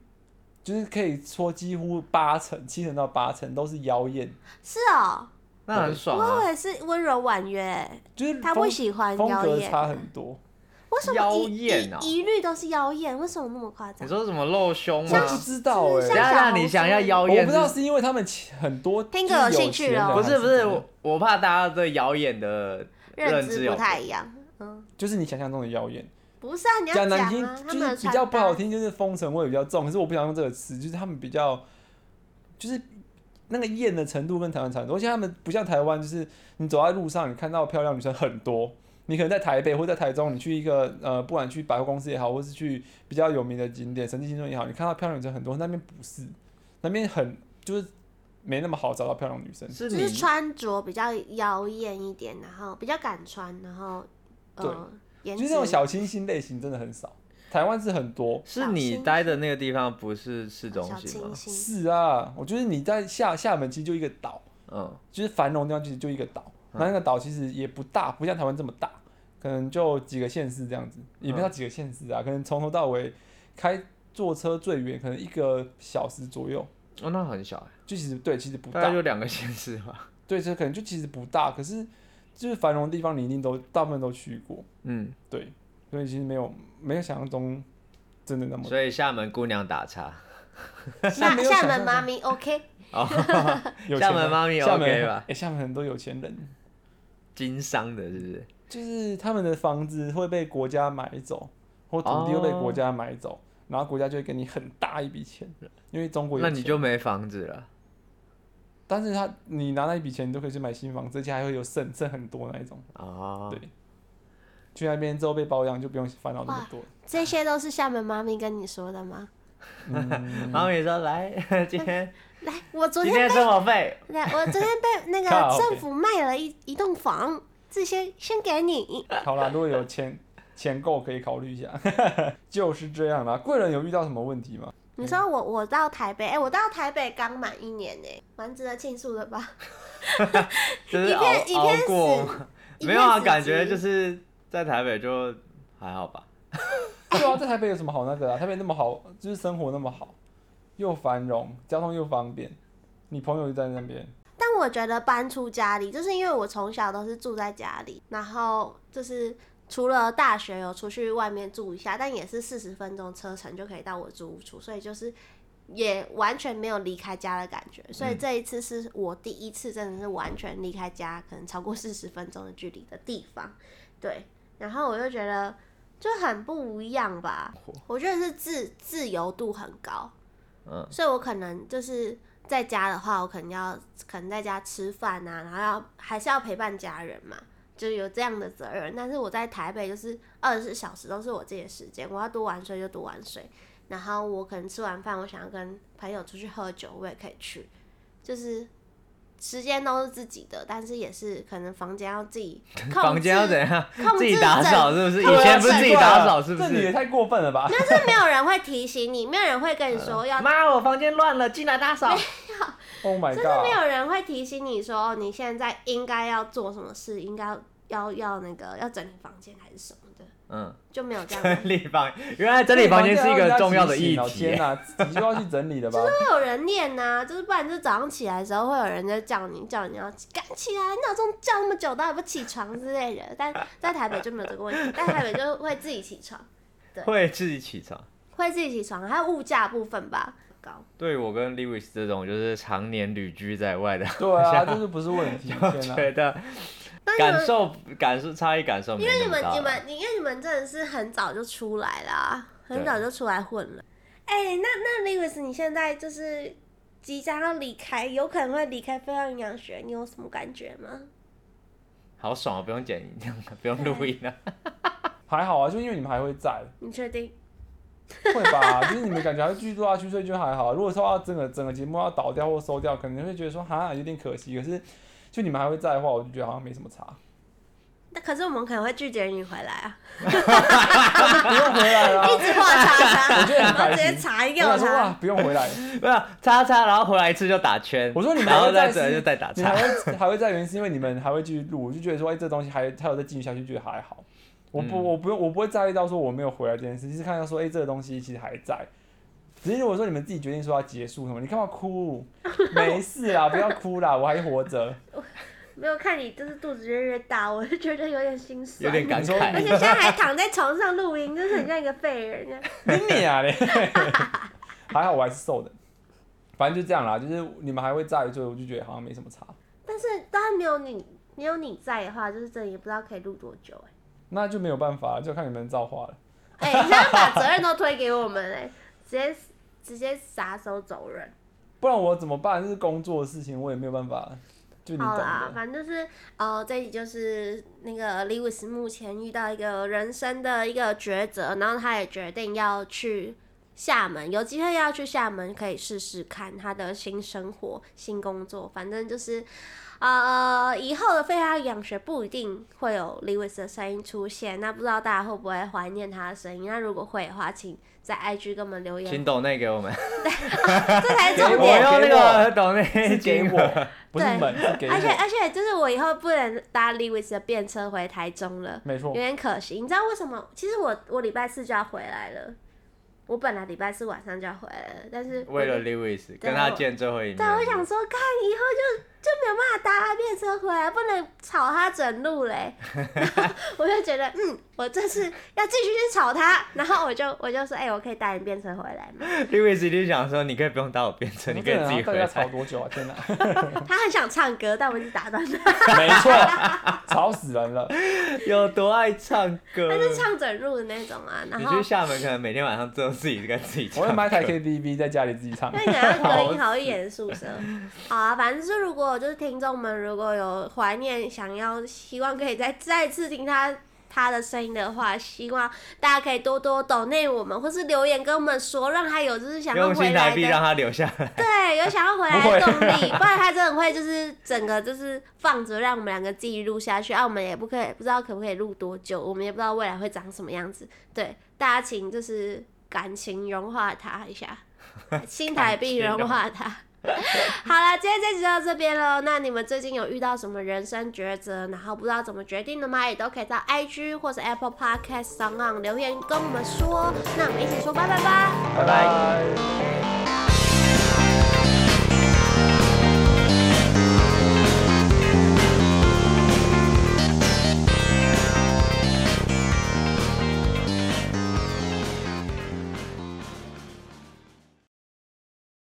Speaker 2: 就是可以说几乎八成、七成到八成都是妖艳，
Speaker 3: 是哦，
Speaker 2: 啊
Speaker 1: 那很爽
Speaker 3: 我
Speaker 1: 啊！
Speaker 3: 也是温柔婉约，
Speaker 2: 就是
Speaker 3: 他
Speaker 2: 风
Speaker 3: 会喜欢
Speaker 2: 风
Speaker 3: 妖
Speaker 2: 格
Speaker 3: 艳，
Speaker 2: 差啊很多。
Speaker 3: 为什
Speaker 1: 妖
Speaker 3: 么一
Speaker 1: 艳哦
Speaker 3: 一一律都是妖艳？为什么那么夸
Speaker 1: 你
Speaker 3: 张？
Speaker 1: 说什么露胸
Speaker 2: 我
Speaker 1: 吗？
Speaker 2: 不知道哎、
Speaker 3: 是
Speaker 1: 等一
Speaker 3: 像
Speaker 1: 下，那你想要妖
Speaker 2: 我
Speaker 1: 艳
Speaker 2: 不
Speaker 1: 是？
Speaker 2: 知道是因为他们其很多
Speaker 3: 听
Speaker 2: 就是
Speaker 3: 歌有
Speaker 2: 有
Speaker 3: 兴趣
Speaker 2: 钱人
Speaker 3: 哦
Speaker 1: 不
Speaker 2: 还
Speaker 1: 是不是，
Speaker 2: 怎么样
Speaker 1: 我我怕大家对妖艳的认知
Speaker 3: 知
Speaker 1: 有
Speaker 3: 不太一样，嗯，
Speaker 2: 就是你想象中的妖艳。
Speaker 3: 不是啊，你要
Speaker 2: 讲
Speaker 3: 讲
Speaker 2: 难听
Speaker 3: 啊，他
Speaker 2: 就
Speaker 3: 们的
Speaker 2: 是比
Speaker 3: 穿
Speaker 2: 较不好
Speaker 3: 搭，
Speaker 2: 听，就是风尘味比较重。可是我不想用这个词，就是他们比较，就是那个艳的程度跟台湾差很多。而且他们不像台湾，就是你走在路上，你看到漂亮女生很多。你可能在台北或在台中，你去一个呃，不管去百货公司也好，或是去比较有名的景点、神迹新村也好，你看到漂亮女生很多，那边不是，那边很就是没那么好找到漂亮女生。
Speaker 1: 是
Speaker 3: 就
Speaker 1: 你
Speaker 3: 是穿着比较妖艳一点，然后比较敢穿，然后呃，颜
Speaker 2: 就是
Speaker 3: 值
Speaker 2: 那种小清新类型真的很少，台湾是很多，
Speaker 1: 是你待的那个地方不是市中
Speaker 3: 小
Speaker 1: 心吗
Speaker 3: 清？新，
Speaker 2: 是啊，我觉得你在下厦门其实就一个岛，
Speaker 1: 嗯，
Speaker 2: 就是繁荣地方其实就一个岛，
Speaker 1: 嗯
Speaker 2: 那那个岛其实也不大，不像台湾这么大，可能就几个县市这样子，
Speaker 1: 嗯
Speaker 2: 也没到几个县市啊，可能从头到尾开坐车最远可能一个小时左右，
Speaker 1: 哦，那很小欸，
Speaker 2: 就其实对，其实不
Speaker 1: 大概
Speaker 2: 大，
Speaker 1: 就两个县市吧。
Speaker 2: 对，这可能就其实不大，可是就是繁荣的地方你一定都大部分都去过，
Speaker 1: 嗯，
Speaker 2: 对，所以其实没有没有想象中真的那么，
Speaker 1: 所以厦门姑娘打叉，
Speaker 2: 那
Speaker 3: 厦
Speaker 2: 没有
Speaker 3: 厦
Speaker 2: 想
Speaker 3: 门
Speaker 2: 象
Speaker 3: 妈咪 OK，
Speaker 2: 有
Speaker 1: 厦
Speaker 2: 钱
Speaker 1: 门
Speaker 2: 人
Speaker 1: 妈咪
Speaker 2: 厦门
Speaker 1: OK 吧
Speaker 2: 哎、厦门很多有钱人，
Speaker 1: 经商的是不是？
Speaker 2: 就是他们的房子会被国家买走，或土地会被国家买走，然后国家就会给你很大一笔钱，因为中国有
Speaker 1: 那
Speaker 2: 钱。
Speaker 1: 你就没房子了。
Speaker 2: 但是他你拿那一笔钱，你就可以去买新房子，而且还会有剩剩很多那一种，
Speaker 1: 哦，
Speaker 2: 对去那边之后被包养就不用烦恼 那么多。
Speaker 3: 这些都是厦门妈咪跟你说的吗？
Speaker 1: 然后你说来， 今天
Speaker 3: 来，我昨
Speaker 1: 今
Speaker 3: 天
Speaker 1: 天生活费，
Speaker 3: 来，我昨天被那
Speaker 2: 靠
Speaker 3: 个
Speaker 2: 北
Speaker 3: 政府卖了一一栋房，这些先给你。
Speaker 2: 好啦，如果有钱钱够可以考虑一下， 就是这样啦。贵人有遇到什么问题吗？
Speaker 3: 你说我我到台北，哎、我到台北刚满一年呢、蛮值得庆祝的吧？
Speaker 1: 就是
Speaker 3: 一
Speaker 1: 熬
Speaker 3: 片一
Speaker 1: 熬
Speaker 3: 片死
Speaker 1: 过吗，
Speaker 3: 一
Speaker 1: 没有啊，
Speaker 3: 片死
Speaker 1: 感觉
Speaker 3: 寂
Speaker 1: 就是在台北就还好吧。
Speaker 2: 对啊，在台北有什么好那个啊？台北那么好，就是生活那么好，又繁荣，交通又方便，你朋友就在那边。
Speaker 3: 但我觉得搬出家里，就是因为我从小都是住在家里，然后就是除了大学有出去外面住一下，但也是四十分钟车程就可以到我住处，所以就是也完全没有离开家的感觉。所以这一次是我第一次真的是完全离开家，可能超过四十分钟的距离的地方，对。然后我就觉得就很不一样吧，我觉得是自自由度很高。
Speaker 1: 嗯，
Speaker 3: 所以我可能就是在家的话，我可能要可能在家吃饭啊，然后要还是要陪伴家人嘛，就有这样的责任。但是我在台北就是二十四小时都是我自己的时间，我要多晚睡就多晚睡。然后我可能吃完饭，我想要跟朋友出去喝酒，我也可以去，就是时间都是自己的，但是也是可能房间要自己控 制，
Speaker 1: 房间要怎样？
Speaker 3: 控
Speaker 1: 自
Speaker 3: 制
Speaker 1: 己打
Speaker 3: 整
Speaker 1: 扫是不是？
Speaker 3: 控
Speaker 1: 以
Speaker 3: 制
Speaker 1: 前不是自己打扫是不
Speaker 2: 这啊你也
Speaker 1: 是？
Speaker 2: 太过分了吧？
Speaker 3: 但是没有人会提醒你，没有人会跟你说要，
Speaker 1: 妈，我房间乱了，进来打扫。
Speaker 2: Oh my
Speaker 3: 真的没
Speaker 2: god！
Speaker 3: 有人会提醒你说哦你现在应该要做什么事，应该要要要那个要整理房间还是什么的，
Speaker 1: 嗯，
Speaker 3: 就没有这样 的。
Speaker 1: 整理房，原来整理房间是一个重要的议
Speaker 2: 要人家提
Speaker 1: 题
Speaker 2: 醒哦 天。哪，你就要去整理了吧？
Speaker 3: 会有人念呐、就是不然就是早上起来的时候会有人在叫你，叫你要赶起来，闹钟叫那么久，到底不起床之类的。但在台北就没有这个问题，在台北就会自己起床，对
Speaker 1: 会自己起床。
Speaker 3: 会自己起床，还有物价部分吧，高。
Speaker 1: 对我跟 Lewis 这种就是常年旅居在外的，
Speaker 2: 对 啊，这就不是问题。天啊哪，
Speaker 1: 觉得
Speaker 3: 那你
Speaker 1: 感
Speaker 3: 们，
Speaker 1: 受感受差异感受没
Speaker 3: 因为
Speaker 1: 那
Speaker 3: 你
Speaker 1: 么
Speaker 3: 们
Speaker 1: 大
Speaker 3: 你
Speaker 1: 了。
Speaker 3: 们你因为你们真的是很早就出来啦，很
Speaker 1: 对
Speaker 3: 早就出来混了。哎、那那 Lewis，你现在就是即将要离开，有可能会离开飞扬营养学，你有什么感觉吗？
Speaker 1: 好爽哦，不用剪音，不用录音啊 了。
Speaker 2: 还好啊，就因为你们还会在，
Speaker 3: 你确定？
Speaker 2: 会吧？就是你们感觉还会继续做下去，所以就还好。如果说要整个整个节目要倒掉或收掉，可能会觉得说哈有点可惜。可是就你们还会在的话，我就觉得好像没什么差。
Speaker 3: 那可是我们可能会拒绝你回来啊。
Speaker 2: 不用回来啦，
Speaker 3: 一直画叉叉，
Speaker 2: 我觉得
Speaker 3: 然
Speaker 2: 很
Speaker 3: 后
Speaker 2: 开
Speaker 3: 直
Speaker 2: 心
Speaker 3: 接查 一
Speaker 2: 我
Speaker 3: 个
Speaker 2: 想说哇
Speaker 3: 叉。，
Speaker 2: 不用回来。
Speaker 1: 没有叉叉，然后回来一次就打圈。
Speaker 2: 我说你们
Speaker 1: 然
Speaker 2: 还
Speaker 1: 后
Speaker 2: 会
Speaker 1: 在
Speaker 2: 再
Speaker 1: 这就再打
Speaker 2: 你还
Speaker 1: 叉。
Speaker 2: 会还会在原因是因为你们还会继续录，我就觉得说，哎、这东西还还有再继续下去，觉得还好。我不、
Speaker 1: 嗯
Speaker 2: 我不用我不会在意到说我没有回来这件事，就是看到说，哎、这个东西其实还在。只是如果说你们自己决定说要结束什么，你干 嘛哭？没事啦，不要哭啦，我还活着。
Speaker 3: 没有看你就是肚子越来越大，我就觉得有点心酸。
Speaker 1: 有 点感
Speaker 2: 你说
Speaker 3: 而
Speaker 1: 慨，
Speaker 3: 且现在还躺在床上录音，就是很像一个废人这样。
Speaker 2: 你俩嘞， 还好我还是瘦的。反正就这样啦，就是你们还会在，所以我就觉得好像没什么差。
Speaker 3: 但是当然没有你，没有你在的话，就是真的也不知道可以录多久啊
Speaker 2: 那就没有办法，就看你们造化了。
Speaker 3: 哎、哎，你现在把责任都推给我们哎、直接直接撒手走人。
Speaker 2: 不然我怎么办？这是工作的事情，我也没有办法。就你懂
Speaker 3: 好啦
Speaker 2: 的，。
Speaker 3: 反正就是呃，这里就是那个 Lewis 目前遇到一个人生的一个抉择，然后他也决定要去厦门，有机会要去厦门可以试试看他的新生活、新工作，反正就是。呃，以后的飞他养学不一定会有 Lewis 的声音出现，那不知道大家会不会怀念他的声音？那如果会的话，请在 IG 跟我们留
Speaker 1: 请
Speaker 3: 言，
Speaker 1: 抖内给我们，
Speaker 3: 这才是重
Speaker 2: 给
Speaker 1: 我
Speaker 3: 点。
Speaker 1: 用那个抖
Speaker 2: 是
Speaker 1: 内
Speaker 2: 给
Speaker 1: 金
Speaker 2: 我
Speaker 1: 额，
Speaker 2: 不是门，是给
Speaker 3: 而且
Speaker 2: 我。
Speaker 3: 而且就是我以后不能搭 Lewis 的便车回台中了，
Speaker 1: 哦
Speaker 2: 没
Speaker 3: 有
Speaker 2: 错，
Speaker 3: 点可惜。你知道为什么？其实我我礼拜四就要回来了，我本来礼拜四晚上就要回来了，但是我
Speaker 1: 为
Speaker 3: 就
Speaker 1: 了 Lewis 跟他见最后一面。
Speaker 3: 啊对，我想说，看以后就就没有办法搭他便车回来，不能吵他整路 嘞。然后我就觉得，嗯，我这次要继续去吵他，然后我就我就说，哎、我可以搭你便车回来吗？
Speaker 1: Lewis 一定想说，你可以不用搭我便车，你可以自己
Speaker 2: 大
Speaker 1: 回
Speaker 2: 家吵
Speaker 1: 来。
Speaker 2: 多久啊？ 天哪，
Speaker 3: 他很想唱歌，但我一直打断他，
Speaker 2: 没错， 吵死人了。
Speaker 1: 有多爱唱歌
Speaker 3: 他？是唱整路的那种啊。然
Speaker 1: 你
Speaker 3: 后
Speaker 1: 去厦门可能每天晚上只有自己跟自己唱
Speaker 2: 我
Speaker 1: 歌。
Speaker 2: 会买台 KTV 在家里自己唱
Speaker 3: 那。你要隔音好一点的宿舍。好啊，反正就是如果就是听众们如果有怀念，想要希望可以再再次听他他的声音的话，希望大家可以多多抖内我们，或是留言跟我们说，让他有就是想要
Speaker 1: 用
Speaker 3: 回
Speaker 1: 新台
Speaker 3: 来
Speaker 1: 币让
Speaker 3: 的，
Speaker 1: 他留下来。
Speaker 3: 对，有想要回来的动力，不然他真的会就是整个就是放着让我们两个继续录下去，啊，我们也不可以不知道可不可以录多久，我们也不知道未来会长什么样子，对，大家请就是感情融化他一下。 新台币融化它。好了，今天这集就到这边喽。那你们最近有遇到什么人生抉择，然后不知道怎么决定的吗？也都可以到 IG 或者 Apple Podcast 上岸留言跟我们说。那我们一起说拜拜吧。
Speaker 2: 拜拜。